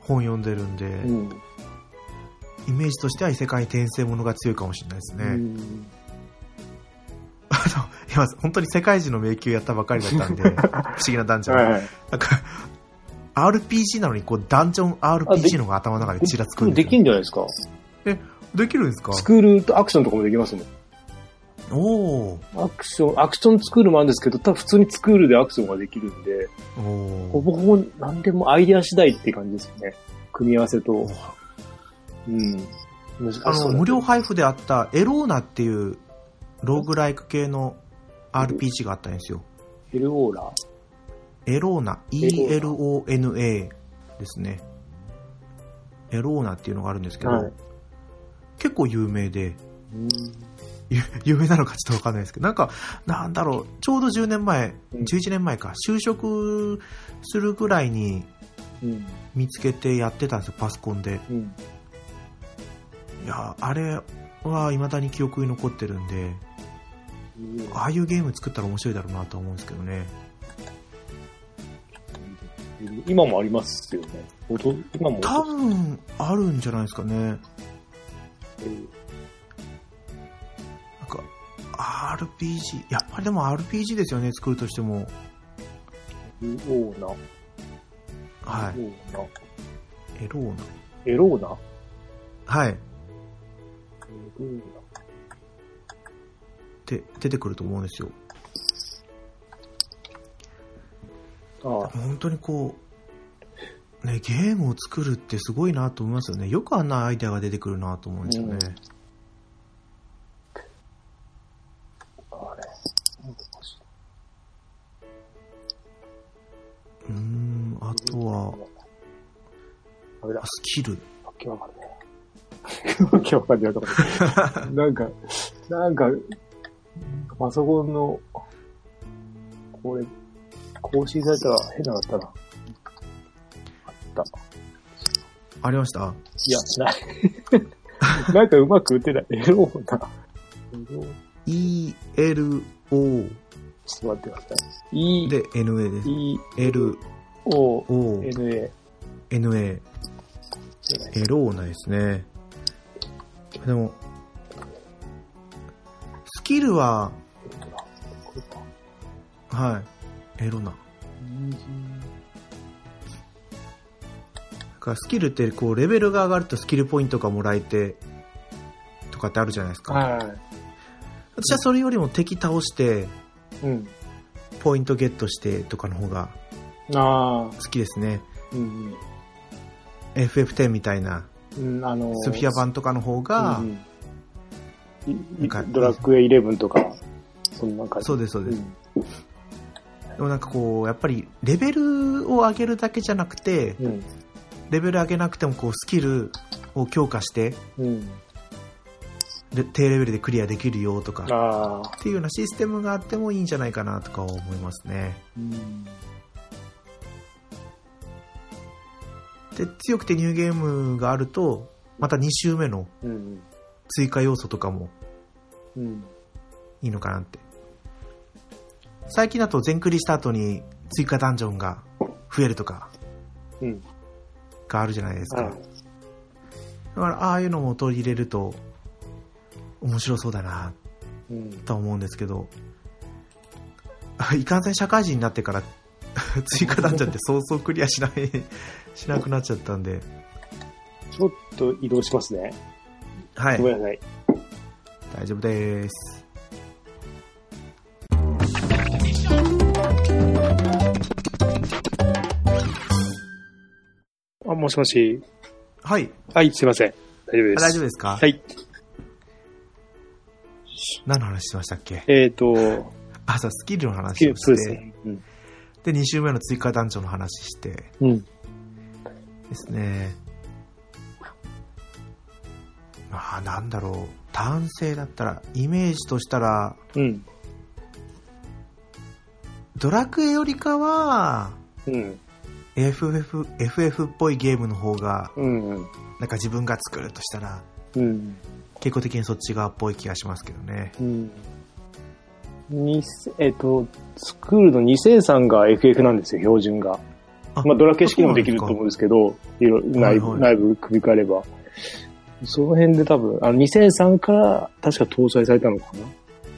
Speaker 1: 本読んでるんで、
Speaker 2: うん。
Speaker 1: イメージとしては異世界転生ものが強いかもしれないですね。
Speaker 2: うん
Speaker 1: あの、今、本当に世界中の迷宮やったばかりだったん で、不思議なダンジョン。
Speaker 2: はい。
Speaker 1: なんか、RPG なのに、こう、ダンジョン RPG のが頭の中でちらつくん
Speaker 2: で
Speaker 1: です
Speaker 2: き
Speaker 1: よ
Speaker 2: んじゃないですか
Speaker 1: できるんですか
Speaker 2: スクールとアクションとかもできますもん。
Speaker 1: おー
Speaker 2: アクション、アクションスクールもあるんですけど、ただ普通にスクールでアクションができるんで、ほ
Speaker 1: おー
Speaker 2: ぼほぼ何でもアイデア次第っていう感じですよね。組み合わせと。うん。難し
Speaker 1: あ
Speaker 2: そう
Speaker 1: の、
Speaker 2: だ
Speaker 1: 無料配布であった、エローナっていう、ローグライク系の RPG があったんですよ。
Speaker 2: エルオーラ。
Speaker 1: エローナ、E-L-O-N-A ですね。エローナっていうのがあるんですけど、
Speaker 2: はい
Speaker 1: 結構有名で、
Speaker 2: うん
Speaker 1: ゆ有名なのかちょっとわかんないですけど、なんか、なんだろう、ちょうど10年前、
Speaker 2: うん
Speaker 1: 11年前か、就職するぐらいに
Speaker 2: うん。
Speaker 1: 見つけてやってたんですよ、パソコンで。
Speaker 2: うん。
Speaker 1: いや、あれは未だに記憶に残ってるんで、ああいうゲーム作ったら面白いだろうなと思うんですけどね。
Speaker 2: 今もありますよね。ほと今も。
Speaker 1: 多分、あるんじゃないですかね。なんか、RPG、やっぱりでも RPG ですよね、作るとしても。
Speaker 2: エルオーナ。
Speaker 1: はい。
Speaker 2: エルオーナ。
Speaker 1: エローナ。
Speaker 2: エローナ
Speaker 1: はい。
Speaker 2: エローナ
Speaker 1: で、出てくると思うんですよ。
Speaker 2: ああ、
Speaker 1: 本当にこう、ね、ゲームを作るってすごいなと思いますよね。よくあんなアイデアが出てくるなと思うんですよね。
Speaker 2: あれ。難しいう
Speaker 1: ーん、あとは、
Speaker 2: あれだ
Speaker 1: あ、スキル。
Speaker 2: わけわかんね え。わけわかんねえなと思って。なんか、なんか、パソコンの、これ、更新されたら変なのあったな。あった。
Speaker 1: ありました
Speaker 2: いや、ない。 なんかうまく打てない。エローな。エロー
Speaker 1: ?ELO
Speaker 2: ちょっと待ってください。E、
Speaker 1: で NA です。
Speaker 2: E、O、
Speaker 1: LONA。
Speaker 2: N、A。
Speaker 1: エローなですね。でも、スキルは、
Speaker 2: これか
Speaker 1: はい、エロな。だからスキルってこうレベルが上がるとスキルポイントがもらえてとかってあるじゃないですか、
Speaker 2: は
Speaker 1: 私はそれよりも敵倒して
Speaker 2: い。うん。
Speaker 1: ポイントゲットしてとかの方が
Speaker 2: あ
Speaker 1: 好
Speaker 2: あ、
Speaker 1: きですね
Speaker 2: うん。
Speaker 1: FF10 みたいな
Speaker 2: うん、あのー
Speaker 1: スフィア版とかの方が、
Speaker 2: うんい
Speaker 1: なんか
Speaker 2: ドラクエ11とか、そんな感じ。
Speaker 1: そう
Speaker 2: で
Speaker 1: ですそうです、でもなんかこうやっぱりレベルを上げるだけじゃなくて
Speaker 2: うん。
Speaker 1: レベル上げなくてもこうスキルを強化して
Speaker 2: うん。
Speaker 1: で低レベルでクリアできるよとか
Speaker 2: ああ。
Speaker 1: っていうようなシステムがあってもいいんじゃないかなとか思いますね
Speaker 2: うん。
Speaker 1: で強くてニューゲームがあるとまた2周目の
Speaker 2: うん。
Speaker 1: 追加要素とかも
Speaker 2: うん。
Speaker 1: いいのかなって最近だと全クリした後に追加ダンジョンが増えるとか
Speaker 2: うん。
Speaker 1: があるじゃないです
Speaker 2: あ
Speaker 1: か
Speaker 2: あ
Speaker 1: だからああいうのも取り入れると面白そうだな
Speaker 2: うん。
Speaker 1: とは思うんですけど あいかんせん社会人になってから 追加ダンジョンってそうそうクリアしない しなくなっちゃったんで
Speaker 2: ちょっと移動しますね。
Speaker 1: はい
Speaker 2: ごめんなさい。
Speaker 1: 大丈夫です
Speaker 2: あ、もしもし。
Speaker 1: はい
Speaker 2: はい、すいません。大丈夫です。
Speaker 1: 大丈夫ですか
Speaker 2: はい。
Speaker 1: 何の話しましたっけ
Speaker 2: えっ、ー、と、
Speaker 1: あ、そう、スキルの
Speaker 2: ス
Speaker 1: 話
Speaker 2: キ
Speaker 1: を
Speaker 2: ル
Speaker 1: して、
Speaker 2: そうですね。うん。
Speaker 1: で、2周目の追加団長の話して、で
Speaker 2: うん。
Speaker 1: すね。まあ、なんだろう。男性だったら、イメージとしたら、
Speaker 2: うん。
Speaker 1: ドラクエよりかは、
Speaker 2: うん。
Speaker 1: FF、FF っぽいゲームの方が、
Speaker 2: うん。
Speaker 1: なんか自分が作るとしたら、
Speaker 2: うん。
Speaker 1: 結構的にそっち側っぽい気がしますけどね。
Speaker 2: うん。にえっ、と、スクールの2003が FF なんですよ、標準が。
Speaker 1: あ
Speaker 2: まあ、ドラ形式でもできると思うんですけど、いろいろ内部、
Speaker 1: はいは
Speaker 2: 内部組み替えれば。その辺で多分、あの、2003から確か搭載されたのか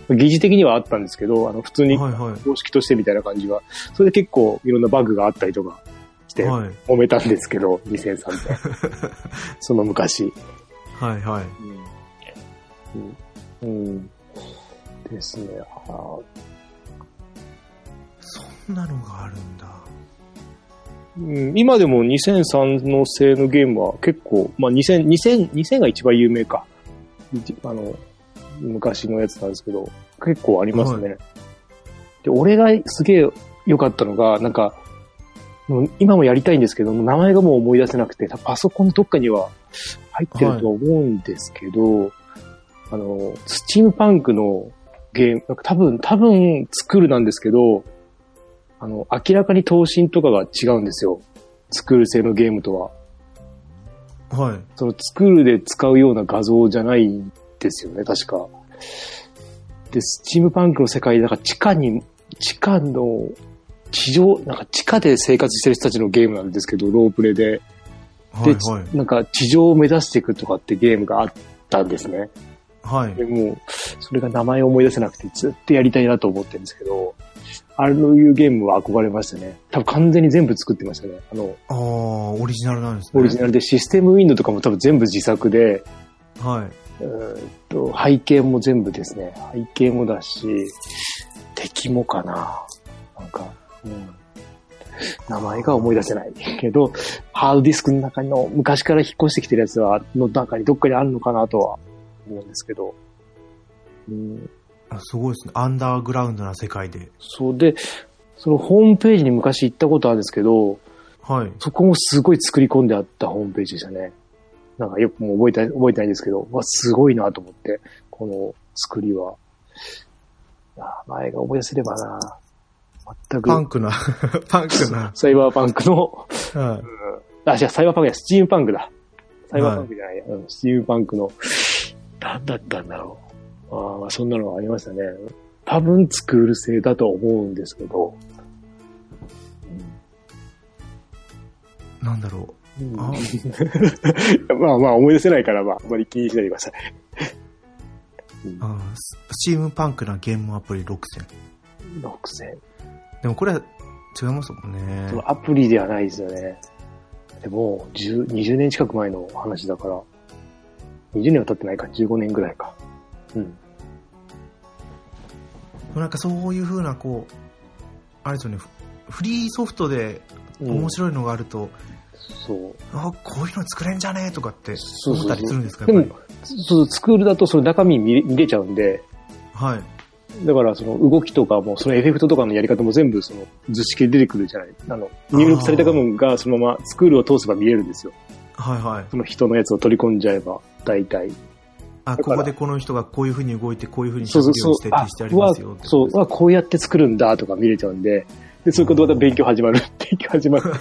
Speaker 2: な疑似的にはあったんですけど、あの、普通に
Speaker 1: はいは
Speaker 2: 公式としてみたいな感じは、それで結構いろんなバグがあったりとかして、
Speaker 1: い。はい。
Speaker 2: 揉めたんですけど、2003って。 その昔。
Speaker 1: はいはい。
Speaker 2: うん。うん。ですね。あー
Speaker 1: そんなのがあるんだ。
Speaker 2: うん、今でも2003の製のゲームは結構、まあ、2000、2000、2000が一番有名か。いちあの、昔のやつなんですけど、結構ありますね。で、俺がすげえ良かったのが、なんか、もう今もやりたいんですけど、名前がもう思い出せなくて、パソコンのどっかには入ってると思うんですけど、あの、スチームパンクのゲーム、なんか多分、多分作るなんですけど、あの、明らかに闘神とかが違うんですよ。スクール製のゲームとは。
Speaker 1: はい。
Speaker 2: そのスクールで使うような画像じゃないんですよね、確か。で、スチームパンクの世界で、なんか地下に、地下の、地上、なんか地下で生活してる人たちのゲームなんですけど、ロープレで。
Speaker 1: は
Speaker 2: で、
Speaker 1: いはい。
Speaker 2: なんか地上を目指していくとかってゲームがあったんですね。
Speaker 1: はい
Speaker 2: で。もう、それが名前を思い出せなくて、ずっとやりたいなと思ってるんですけど、ああいうゲームは憧れましたね。多分完全に全部作ってましたね。あの、
Speaker 1: ああ、オリジナルなんですね。
Speaker 2: オリジナルでシステムウィンドウとかも多分全部自作で、
Speaker 1: はい。
Speaker 2: うーんと背景も全部ですね。背景もだし、敵もかな。なんか、うん。名前が思い出せないけど、ハードディスクの中の昔から引っ越してきてるやつは、の中にどっかにあるのかなとは思うんですけど。うん、
Speaker 1: あすごいですね。アンダーグラウンドな世界で。
Speaker 2: そうで、そのホームページに昔行ったことあるんですけど、
Speaker 1: はい。
Speaker 2: そこもすごい作り込んであったホームページでしたね。なんかよくもう覚えた、覚えてないんですけど、わ、すごいなと思って、この作りは。あ前が思い出せればな全
Speaker 1: パン
Speaker 2: く、
Speaker 1: クな、 パンクな。
Speaker 2: サイバーパンクの、
Speaker 1: はい。
Speaker 2: あ、違う、サイバーパンクじゃない、スチームパンクだ。サイバーパンクじゃないや、うんスチームパンクの、何だったんだろう。あーまあ、そんなのがありましたね。多分スクール制だと思うんですけど。
Speaker 1: なんだろ
Speaker 2: うん
Speaker 1: う。あ
Speaker 2: まあ まあ思い出せないから、まあ、あんまり気にしないでください。
Speaker 1: あススチームパンクなゲームアプリ6000。
Speaker 2: 6000。
Speaker 1: でもこれは違いますもんね
Speaker 2: そ。のアプリではないですよね。でも、10 20年近く前の話だから、20年は経ってないか、15年ぐらいか。うん。
Speaker 1: なんかそういう風な、こう、あれですよね、フフリーソフトで
Speaker 2: うん
Speaker 1: 面白いのがあると、
Speaker 2: そう。
Speaker 1: あこういうの作れんじゃねえとかって
Speaker 2: そう
Speaker 1: 思
Speaker 2: そ
Speaker 1: った
Speaker 2: うそう
Speaker 1: りするんですか
Speaker 2: で
Speaker 1: やっ
Speaker 2: も、そうスクールだとその中身見れ見れちゃうんで、
Speaker 1: ぱり。はい。
Speaker 2: だからその動きとかも、そのエフェクトとかのやり方も全部その図式で出てくるじゃない。あの、入力された画面がそのままスクールを通せば見れるんですよ。
Speaker 1: はいはい。
Speaker 2: その人のやつを取り込んじゃえば、大体。
Speaker 1: あ、
Speaker 2: だか
Speaker 1: こ
Speaker 2: ら
Speaker 1: こでこの人がこういう風に動いて、こういう風に
Speaker 2: そう
Speaker 1: 職
Speaker 2: そう
Speaker 1: 業
Speaker 2: そう
Speaker 1: に設。定してあり
Speaker 2: は
Speaker 1: ますよって
Speaker 2: そ
Speaker 1: こと
Speaker 2: う、
Speaker 1: です
Speaker 2: はこうやって作るんだとか見れちゃうんで、で、そういうことまた勉強始まる。 勉強 始まる。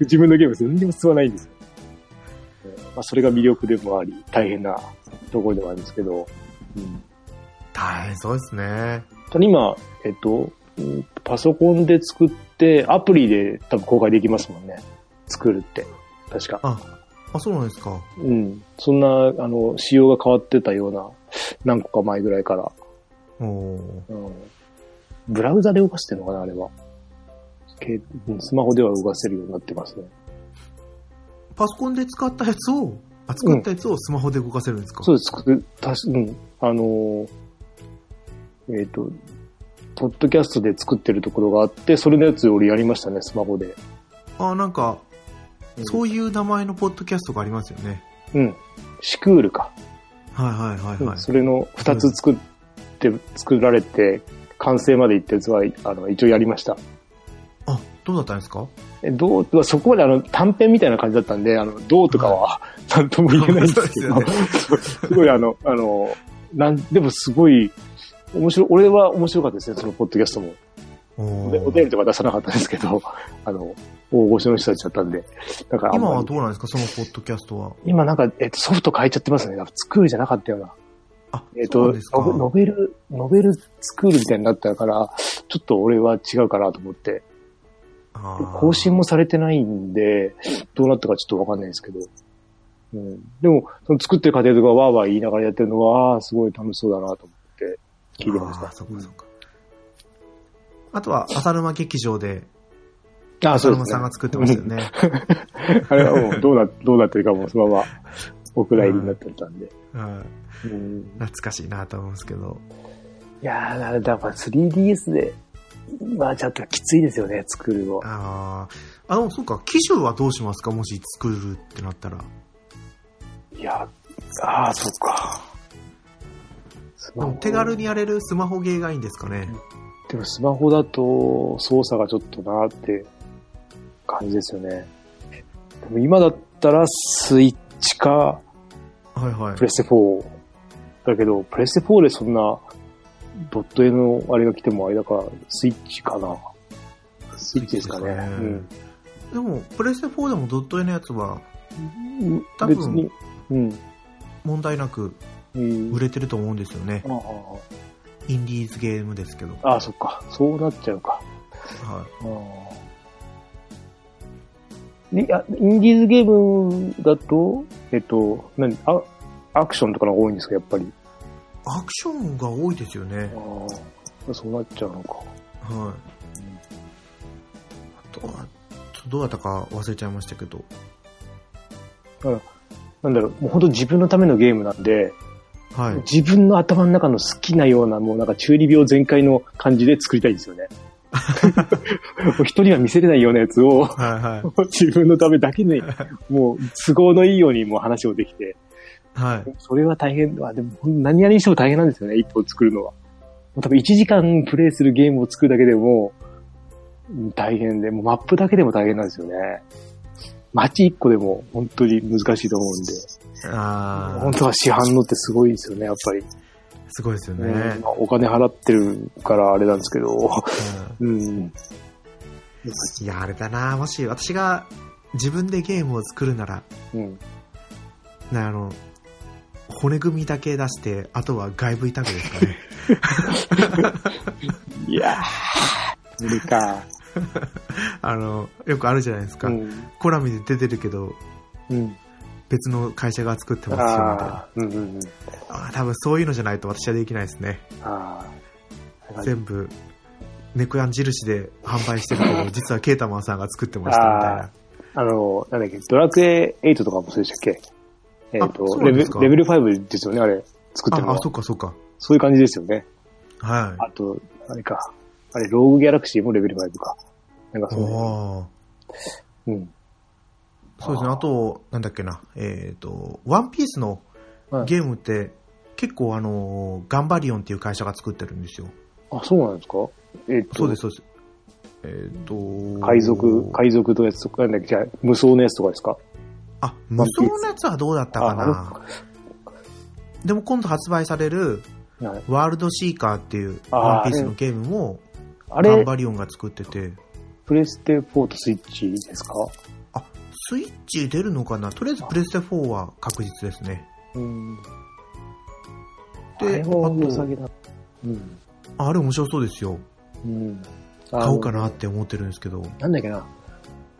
Speaker 2: 自分のゲーム全然進まないんですよ。えーまあ、それが魅力でもあり、大変なところでもあるんですけど、うん、
Speaker 1: 大変そうですね。
Speaker 2: ただ今、えっと、うんパソコンで作って、アプリで多分公開できますもんね。作るって。確か。
Speaker 1: あ、そうなんですか。
Speaker 2: うん。そんな、あの、仕様が変わってたような、何個か前ぐらいから。
Speaker 1: おー
Speaker 2: うんブラウザで動かしてるのかな、あれは。けうんスマホでは動かせるようになってますね。
Speaker 1: パソコンで使ったやつを、あ作ったやつをスマホで動かせるんですか、
Speaker 2: そうです。作たしうん。あのーえっ、と、ポッドキャストで作ってるところがあって、それのやつ俺やりましたね、スマホで。
Speaker 1: あ、なんか、
Speaker 2: うん
Speaker 1: そういう名前のポッドキャストがありますよね。
Speaker 2: うん。シクールか。
Speaker 1: はいはいはい
Speaker 2: うん
Speaker 1: はい。
Speaker 2: それの2つ作って、作られて、完成までいったやつは、あの、一応やりました。
Speaker 1: あ、どうだったんですか
Speaker 2: えどう、まあそこまであの、短編みたいな感じだったんで、あの、どうとかは、 なんとも言えないんですけど、
Speaker 1: そうです
Speaker 2: ごいあの、あの、なん、でもすごい、面白い、俺は面白かったですね、そのポッドキャストも。
Speaker 1: お
Speaker 2: で
Speaker 1: ー
Speaker 2: お便りとか出さなかったんですけど、あの、大御所の人たちだったんで、だからあんま
Speaker 1: 今
Speaker 2: り
Speaker 1: はどうなんですかそのポッドキャストは。
Speaker 2: 今なんか、えっと、ソフト変えちゃってますね。スクールじゃなかったような。
Speaker 1: あ、
Speaker 2: えっ
Speaker 1: そうな
Speaker 2: と
Speaker 1: んです、か
Speaker 2: ノベノベル、ノベルスクールみたいになったから、ちょっと俺は違うかなと思って、
Speaker 1: あー
Speaker 2: 更新もされてないんで、どうなったかちょっとわかんないですけど。うん、でも、その作ってる過程とかわーわー言いながらやってるのは、あーすごい楽しそうだなと思って聞いてまし
Speaker 1: あー
Speaker 2: た。
Speaker 1: そっかそっか。あとは、浅沼劇場で、
Speaker 2: あー
Speaker 1: 浅
Speaker 2: そうで
Speaker 1: 沼
Speaker 2: す
Speaker 1: さん
Speaker 2: ね
Speaker 1: が。作ってましたよね。
Speaker 2: あれはもうどうな、どうなってるかも、そのまま、お蔵入りになってたんで。
Speaker 1: うん
Speaker 2: うん
Speaker 1: 懐かしいなと思うんですけど。
Speaker 2: いやー、あれだ、やっぱ 3DS で、まあちょっときついですよね、作るの。
Speaker 1: ああ、あの、そうか、機種はどうしますかもし作るってなったら。
Speaker 2: いや、ああ、そっか。ス
Speaker 1: でも手軽にやれるスマホゲーがいいんですかね。
Speaker 2: でもスマホだと操作がちょっとなーって感じですよね。でも今だったらスイッチか
Speaker 1: はいはい
Speaker 2: プ。レステ4。だけど、プレステ4でそんなドット絵のあれが来てもあれだからスイッチかな。スイッチですかね。
Speaker 1: スイッチでも、プレステ4でもドット絵のやつは
Speaker 2: うん。
Speaker 1: 多分
Speaker 2: 別に、うん。
Speaker 1: 問題なく
Speaker 2: うん
Speaker 1: 売れてると思うんですよね。
Speaker 2: ああ
Speaker 1: インディーズゲームですけど。
Speaker 2: ああ、そっか。そうなっちゃうか。
Speaker 1: は
Speaker 2: でいやインディーズゲームだと、えっと、何あアクションとかの方が多いんですか、やっぱり
Speaker 1: い。アクションが多いですよね。
Speaker 2: ああ。そうなっちゃうのか。
Speaker 1: はい。あとは、ちょっとどうだったか忘れちゃいましたけど。
Speaker 2: なんだろう、もう本当自分のためのゲームなんで、
Speaker 1: はい。
Speaker 2: 自分の頭の中の好きなような、もうなんか中二病全開の感じで作りたいですよ ね。もう人には見せれないようなやつを、
Speaker 1: はいは
Speaker 2: 自分のためだけに、もう都合のいいようにもう話をできて、
Speaker 1: い。はい。
Speaker 2: それは大変、あでも何やりにしても大変なんですよね、一本作るのは。もう多分1時間プレイするゲームを作るだけでも、うん大変で、もうマップだけでも大変なんですよね。街1個でも本当に難しいと思うんで、
Speaker 1: あ
Speaker 2: 本
Speaker 1: ー、
Speaker 2: 当は市販のってすごいですよね、やっぱり。
Speaker 1: すごいですよね。
Speaker 2: ねまあお金払ってるからあれなんです けど、
Speaker 1: うん
Speaker 2: うん。
Speaker 1: いや、あれだな。もし私が自分でゲームを作るなら、
Speaker 2: うん、
Speaker 1: なあの、骨組みだけ出して、あとは外部委託ですかね。
Speaker 2: いやー、無理か。
Speaker 1: あの、よくあるじゃないですか。
Speaker 2: うん。
Speaker 1: コラムで出てるけど、
Speaker 2: うん。
Speaker 1: 別の会社が作ってますよ、みたいな。
Speaker 2: あー、うんうんうん。
Speaker 1: あー多分そういうのじゃないと私はできないですね。
Speaker 2: あー
Speaker 1: 全部、猫やん印で販売してる けど、実はケータマンさんが作ってましたみたいな。
Speaker 2: あの、なんだっけ、ドラクエ8とかもそうでしたっけえっ、
Speaker 1: あ
Speaker 2: と
Speaker 1: そうな
Speaker 2: レ
Speaker 1: ん
Speaker 2: ベ
Speaker 1: で
Speaker 2: ル
Speaker 1: す、か
Speaker 2: レベル5ですよね、あれ、作ってるの
Speaker 1: あ、あ、
Speaker 2: は
Speaker 1: そっかそっか。
Speaker 2: そういう感じですよね。
Speaker 1: は
Speaker 2: あと、あれか。あれ、ローグギャラクシーもレベル5か。なんか
Speaker 1: い。
Speaker 2: そういう。
Speaker 1: おー
Speaker 2: うん。
Speaker 1: そうですね。あと、なんだっけな。えっ、と、ワンピースの
Speaker 2: はい
Speaker 1: ゲームって、結構あの、ガンバリオンっていう会社が作ってるんですよ。
Speaker 2: あ、そうなんですかえっ、と、
Speaker 1: そうです、そうです。えっ、と、
Speaker 2: 海賊、海賊のやつとか、なんだっけ、じゃあ無双のやつとかですか
Speaker 1: あ、無双のやつはどうだったか
Speaker 2: あ
Speaker 1: な。でも今度発売される、
Speaker 2: はい
Speaker 1: ワールドシーカーっていう
Speaker 2: あー
Speaker 1: ワンピースのゲームも、
Speaker 2: あ
Speaker 1: ガン
Speaker 2: れ、
Speaker 1: バリオンが作ってて、
Speaker 2: プレステ4とスイッチですか
Speaker 1: あ、スイッチ出るのかなとりあえずプレステ4は確実ですね。
Speaker 2: うん。
Speaker 1: で
Speaker 2: あれは良さげだ。うん。
Speaker 1: ああれ面白そうですよ。
Speaker 2: うん。
Speaker 1: 買おうかなって思ってるんですけど。
Speaker 2: なんだっけな、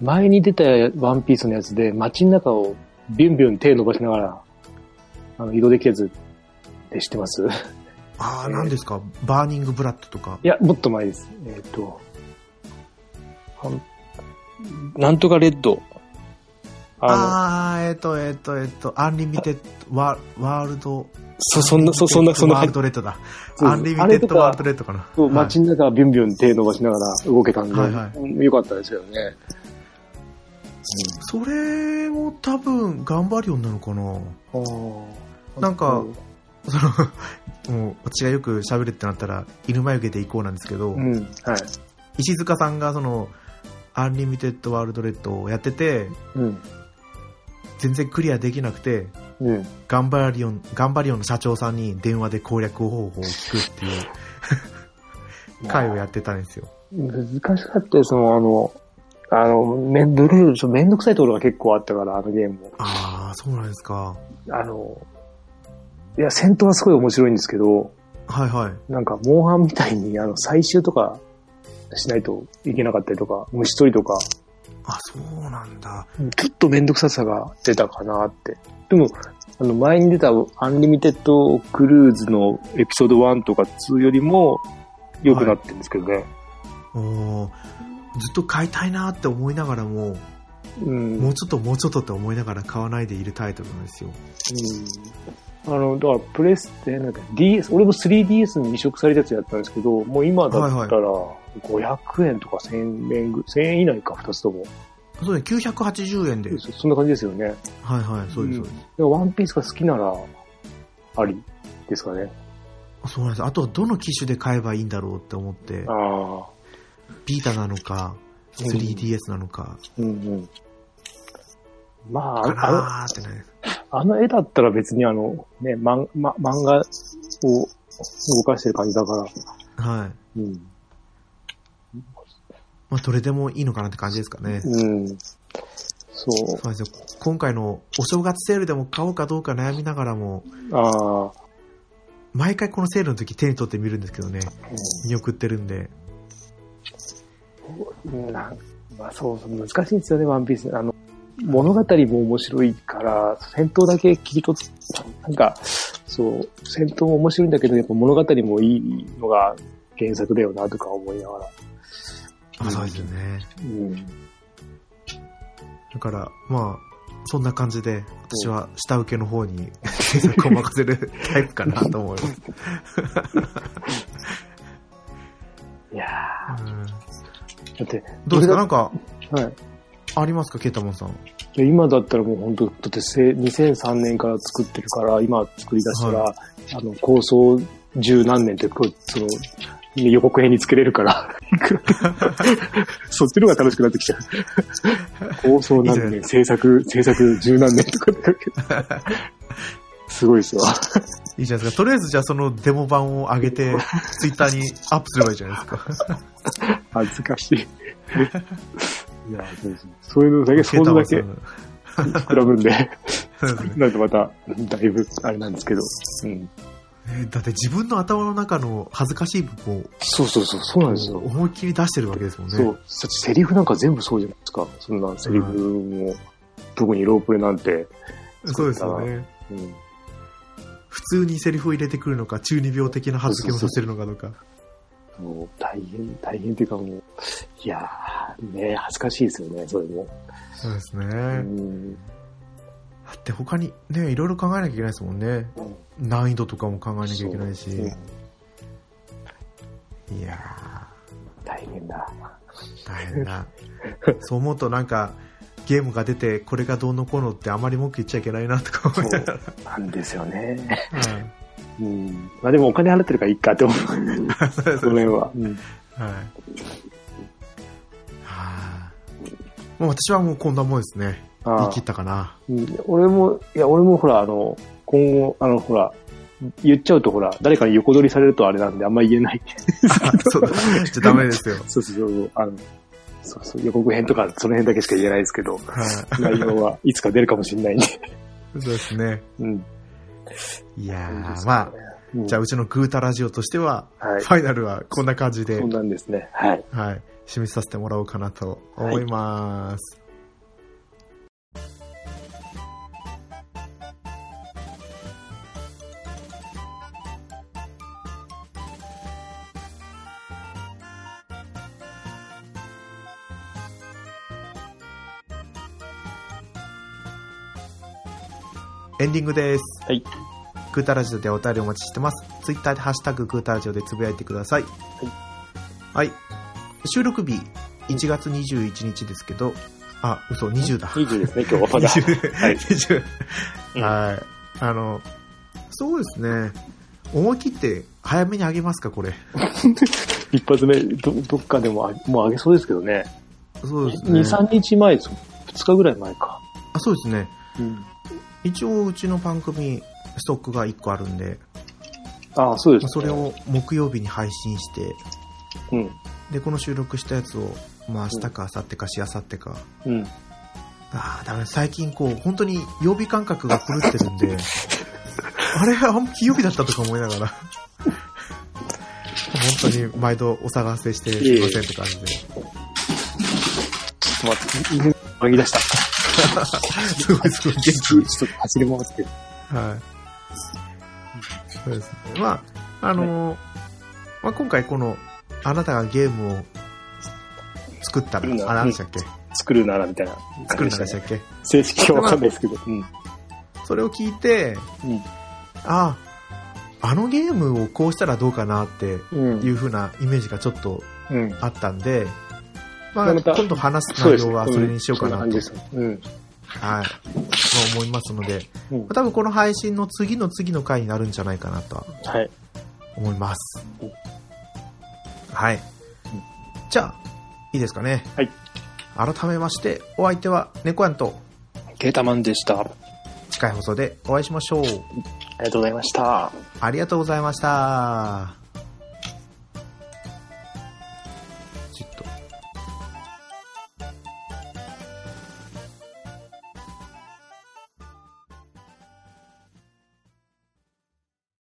Speaker 2: 前に出たワンピースのやつで街の中をビュンビュン手伸ばしながら、あの、移動できるやつって知っ てますい
Speaker 1: ああ、
Speaker 2: えー
Speaker 1: 何ですかバーニングブラッドとか。
Speaker 2: や、もっと前です。えっ、と、はんなんとかレッド。
Speaker 1: あ
Speaker 2: あ
Speaker 1: あー、えっ、と、えっ、と、えっ、と、アンリミテッド、ワワールド。
Speaker 2: の、そ、そんな、そ、そんな、そんな
Speaker 1: ワー
Speaker 2: 感
Speaker 1: ル
Speaker 2: じ。
Speaker 1: ドレッドだ。
Speaker 2: そう
Speaker 1: ア
Speaker 2: そ
Speaker 1: ン
Speaker 2: う
Speaker 1: リミ
Speaker 2: あ
Speaker 1: テ
Speaker 2: れ
Speaker 1: ッ
Speaker 2: と
Speaker 1: ドワール
Speaker 2: か
Speaker 1: ド、レッドかな。
Speaker 2: そう
Speaker 1: はい
Speaker 2: 街の中ビュンビュン手伸ばしながら動けたんで、
Speaker 1: はいは
Speaker 2: うんよかったですよね。
Speaker 1: それも多分、ガンバリオンなのかな
Speaker 2: うん
Speaker 1: なんかその、もう、私がよく喋るってなったら、犬眉毛で行こうなんですけど、
Speaker 2: うん、はい。
Speaker 1: 石塚さんがその、アンリミテッドワールドレッドをやってて、
Speaker 2: うん、
Speaker 1: 全然クリアできなくて、
Speaker 2: うん。
Speaker 1: ガンバリオン、ガンバリオンの社長さんに電話で攻略方法を聞くっていう会をやってたんですよ。
Speaker 2: 難しかったですもん、あの、あの、めん、どれよりちょっとめんどくさいところが結構あったから、あのゲームも。
Speaker 1: ああ、そうなんですか。
Speaker 2: あの、いや、戦闘はすごい面白いんですけど、
Speaker 1: はいはい。
Speaker 2: なんか、モンハンみたいに、あの、最終とかしないといけなかったりとか、虫取りとか、
Speaker 1: あ、そうなんだ。
Speaker 2: ちょっとめんどくささが出たかなって。でも、あの、前に出たアンリミテッドクルーズのエピソード1とか2よりも良くなってるんですけどね。
Speaker 1: おーずっと買いたいなって思いながらも、
Speaker 2: うん。
Speaker 1: もうちょっともうちょっとって思いながら買わないでいるタイトルなんですよ。
Speaker 2: うんあの、だからプレスって、なんか DS、俺も 3DS に移植されたやつやったんですけど、もう今だったら500円とか1000円ぐ、1000円以内か、2つとも。
Speaker 1: そうね、980円で。
Speaker 2: そそんな感じですよね。だか
Speaker 1: はいはい、そうです、そうです。
Speaker 2: らワンピースが好きなら、ありですかね。
Speaker 1: あそうなんです。あとはどの機種で買えばいいんだろうって思って
Speaker 2: あ、あ、
Speaker 1: ビータなのか、
Speaker 2: うん
Speaker 1: 3DS なのか、
Speaker 2: うんうん。まあ、
Speaker 1: か
Speaker 2: あの、
Speaker 1: なーってね。
Speaker 2: あの絵だったら別にあの、ね、漫ま、漫画を動かしてる感じだから、
Speaker 1: はい。
Speaker 2: うん。
Speaker 1: まあ、どれでもいいのかなって感じですかね。
Speaker 2: うん。そう。
Speaker 1: そうなんですよ。今回のお正月セールでも買おうかどうか悩みながらも、
Speaker 2: ああ、
Speaker 1: 毎回このセールの時手に取ってみるんですけどね、
Speaker 2: うん
Speaker 1: 見送ってるんで。
Speaker 2: なんまあそうそう、難しいんですよね、ワンピース。あの、物語も面白いから、戦闘だけ切り取っなんか、そう、戦闘も面白いんだけど、やっぱ物語もいいのが原作だよなとか思いながら。
Speaker 1: あそうですよね。
Speaker 2: うん。
Speaker 1: だから、まあ、そんな感じで、私は下請けの方に 制作を任せ るタイプかなと思います。
Speaker 2: いや
Speaker 1: うん
Speaker 2: ーだって、
Speaker 1: どうですかなんか、
Speaker 2: はい。
Speaker 1: ありますかケータモンさん。
Speaker 2: で今だったらもう本当、だってせ2003年から作ってるから、今作り出したら、
Speaker 1: は
Speaker 2: あの、構想十何年って、こうその、予告編につけれるから、 いくらでもそっちの方が楽しくなってきちゃ う。構想何
Speaker 1: いい
Speaker 2: 年、制作、制作十何年とかって 書くけどすごいですわ。
Speaker 1: いいじゃないですか。とりあえず、じゃあそのデモ版を上げ て、ツイッターにアップすればいいじゃないですか。
Speaker 2: 恥ずかしい。いや、そうですね。そういうのだけ、想像だけ
Speaker 1: ケー
Speaker 2: 膨らむんで、
Speaker 1: タモンさんそうですね
Speaker 2: なんかまた、だいぶ、あれなんですけど。うん。
Speaker 1: えーだって自分の頭の中の恥ずかしい部分を
Speaker 2: そうそうそう、そうなんですよ。
Speaker 1: 思いっきり出してるわけですもんね。
Speaker 2: そう、さセリフなんか全部そうじゃないですか。そんなセリフも、特にロープレなんて、
Speaker 1: そうですよね。
Speaker 2: うん、
Speaker 1: 普通にセリフを入れてくるのか、中二病的な発言をさせるのかとか。
Speaker 2: もう大変、大変っていうかもう、いやー、ね恥ずかしいですよね、それも。
Speaker 1: そうです
Speaker 2: う
Speaker 1: ね。
Speaker 2: ん、
Speaker 1: だって他にね、いろいろ考えなきゃいけないですもんね。難易度とかも考えなきゃいけないし。
Speaker 2: うん
Speaker 1: いや
Speaker 2: 大変だ。
Speaker 1: ー、大変だ。そう思うとなんか、ゲームが出て、これがどうのこうのってあまり文句言っちゃいけないなとか
Speaker 2: そ
Speaker 1: 思いながら。
Speaker 2: う、なんですよね。
Speaker 1: はい
Speaker 2: うん。まあでもお金払ってるからいいかって 思う、
Speaker 1: そうです
Speaker 2: その辺は。うん。
Speaker 1: はい。はあ。もう私はもうこんなもんですね。言
Speaker 2: あ
Speaker 1: い
Speaker 2: ー
Speaker 1: 切ったかな。
Speaker 2: うん俺も、いや、俺もほら、あの、今後、あの、ほら、言っちゃうとほら、誰かに横取りされるとあれなんであんま言えない。
Speaker 1: そうだ。じゃダメですよ。
Speaker 2: そうそうそう、あの、そうそう、予告編とかその辺だけしか言えないですけ ど、
Speaker 1: は
Speaker 2: 内容はいつか出るかもしれないんで。
Speaker 1: い。そうですね。
Speaker 2: うん。
Speaker 1: いや
Speaker 2: いいで
Speaker 1: ー、
Speaker 2: す
Speaker 1: まあ、
Speaker 2: う ん
Speaker 1: じゃあうちのグータラジオとしては、
Speaker 2: はい。
Speaker 1: ファイナルはこんな感じで
Speaker 2: そん、なんですね。はい。
Speaker 1: はい、締めさせてもらおうかなと思います。エンディングです。
Speaker 2: はい。
Speaker 1: グータラジオでお便りお待ちしてます。ツイッターでハッシュタググータラジオでつぶやいてください。はい。収録日、1月21日ですけど、あ、嘘、20だ。
Speaker 2: 20ですね、今日は まだ。
Speaker 1: 20。
Speaker 2: い
Speaker 1: 20
Speaker 2: うん
Speaker 1: はい。あの、そうですね。思い切って早めにあげますか、これ。
Speaker 2: 一発目、ど、どっかでもあ、もう上げそうですけどね。
Speaker 1: そうです
Speaker 2: 2、
Speaker 1: ね。
Speaker 2: 3日前、そう2日ぐらい前か。
Speaker 1: あそうですね。
Speaker 2: うん。
Speaker 1: 一応、うちの番組、ストックが1個あるんで、
Speaker 2: ああ、そうです、ね。
Speaker 1: それ。を木曜日に配信して、
Speaker 2: うん。
Speaker 1: で、この収録したやつを、まあ、明日か明後日かし明後日か。
Speaker 2: うん。
Speaker 1: ああ、だめ、最近こう、本当に曜日感覚が狂ってるんで、 あれ、あんま金曜日だったとか思いながら、本 当に毎度お騒がせしてすいませんって感じで、
Speaker 2: ちょっと待って、上げ出した。
Speaker 1: すごいすごい元
Speaker 2: ちょっと走り回ってる。
Speaker 1: 気。はい。そうですね。まあ、あのーまあ、今回この、あなたがゲームを作ったら、
Speaker 2: うん
Speaker 1: あ、何でしたっけ
Speaker 2: 作るならみたいな
Speaker 1: 作る
Speaker 2: 感
Speaker 1: んで
Speaker 2: じで
Speaker 1: し
Speaker 2: したた
Speaker 1: っ
Speaker 2: ね。
Speaker 1: け
Speaker 2: 正式はわかんないですけど。うん。
Speaker 1: それを聞いて、
Speaker 2: うん
Speaker 1: ああ、あのゲームをこうしたらどうかなって、
Speaker 2: うん
Speaker 1: いう風なイメージがちょっと
Speaker 2: うん。
Speaker 1: あったんで、ま
Speaker 2: ま
Speaker 1: あ、
Speaker 2: あまた
Speaker 1: 今度話す
Speaker 2: そうで
Speaker 1: 内
Speaker 2: す
Speaker 1: 容
Speaker 2: ね。
Speaker 1: はそれにしようかなと、
Speaker 2: ん
Speaker 1: はい、
Speaker 2: そん感じですうん。
Speaker 1: まあ思いますので、
Speaker 2: うん
Speaker 1: まあ多分この配信の次の次の回になるんじゃないかなとは
Speaker 2: はい。
Speaker 1: 思います
Speaker 2: うん。
Speaker 1: はい。じゃあ、いいですかね。
Speaker 2: はい
Speaker 1: 改めまして、お相手は猫やんと
Speaker 2: ケータマンでした。あ
Speaker 1: 近い放送でお会いしましょう。
Speaker 2: りがとうございました。
Speaker 1: ありがとうございました。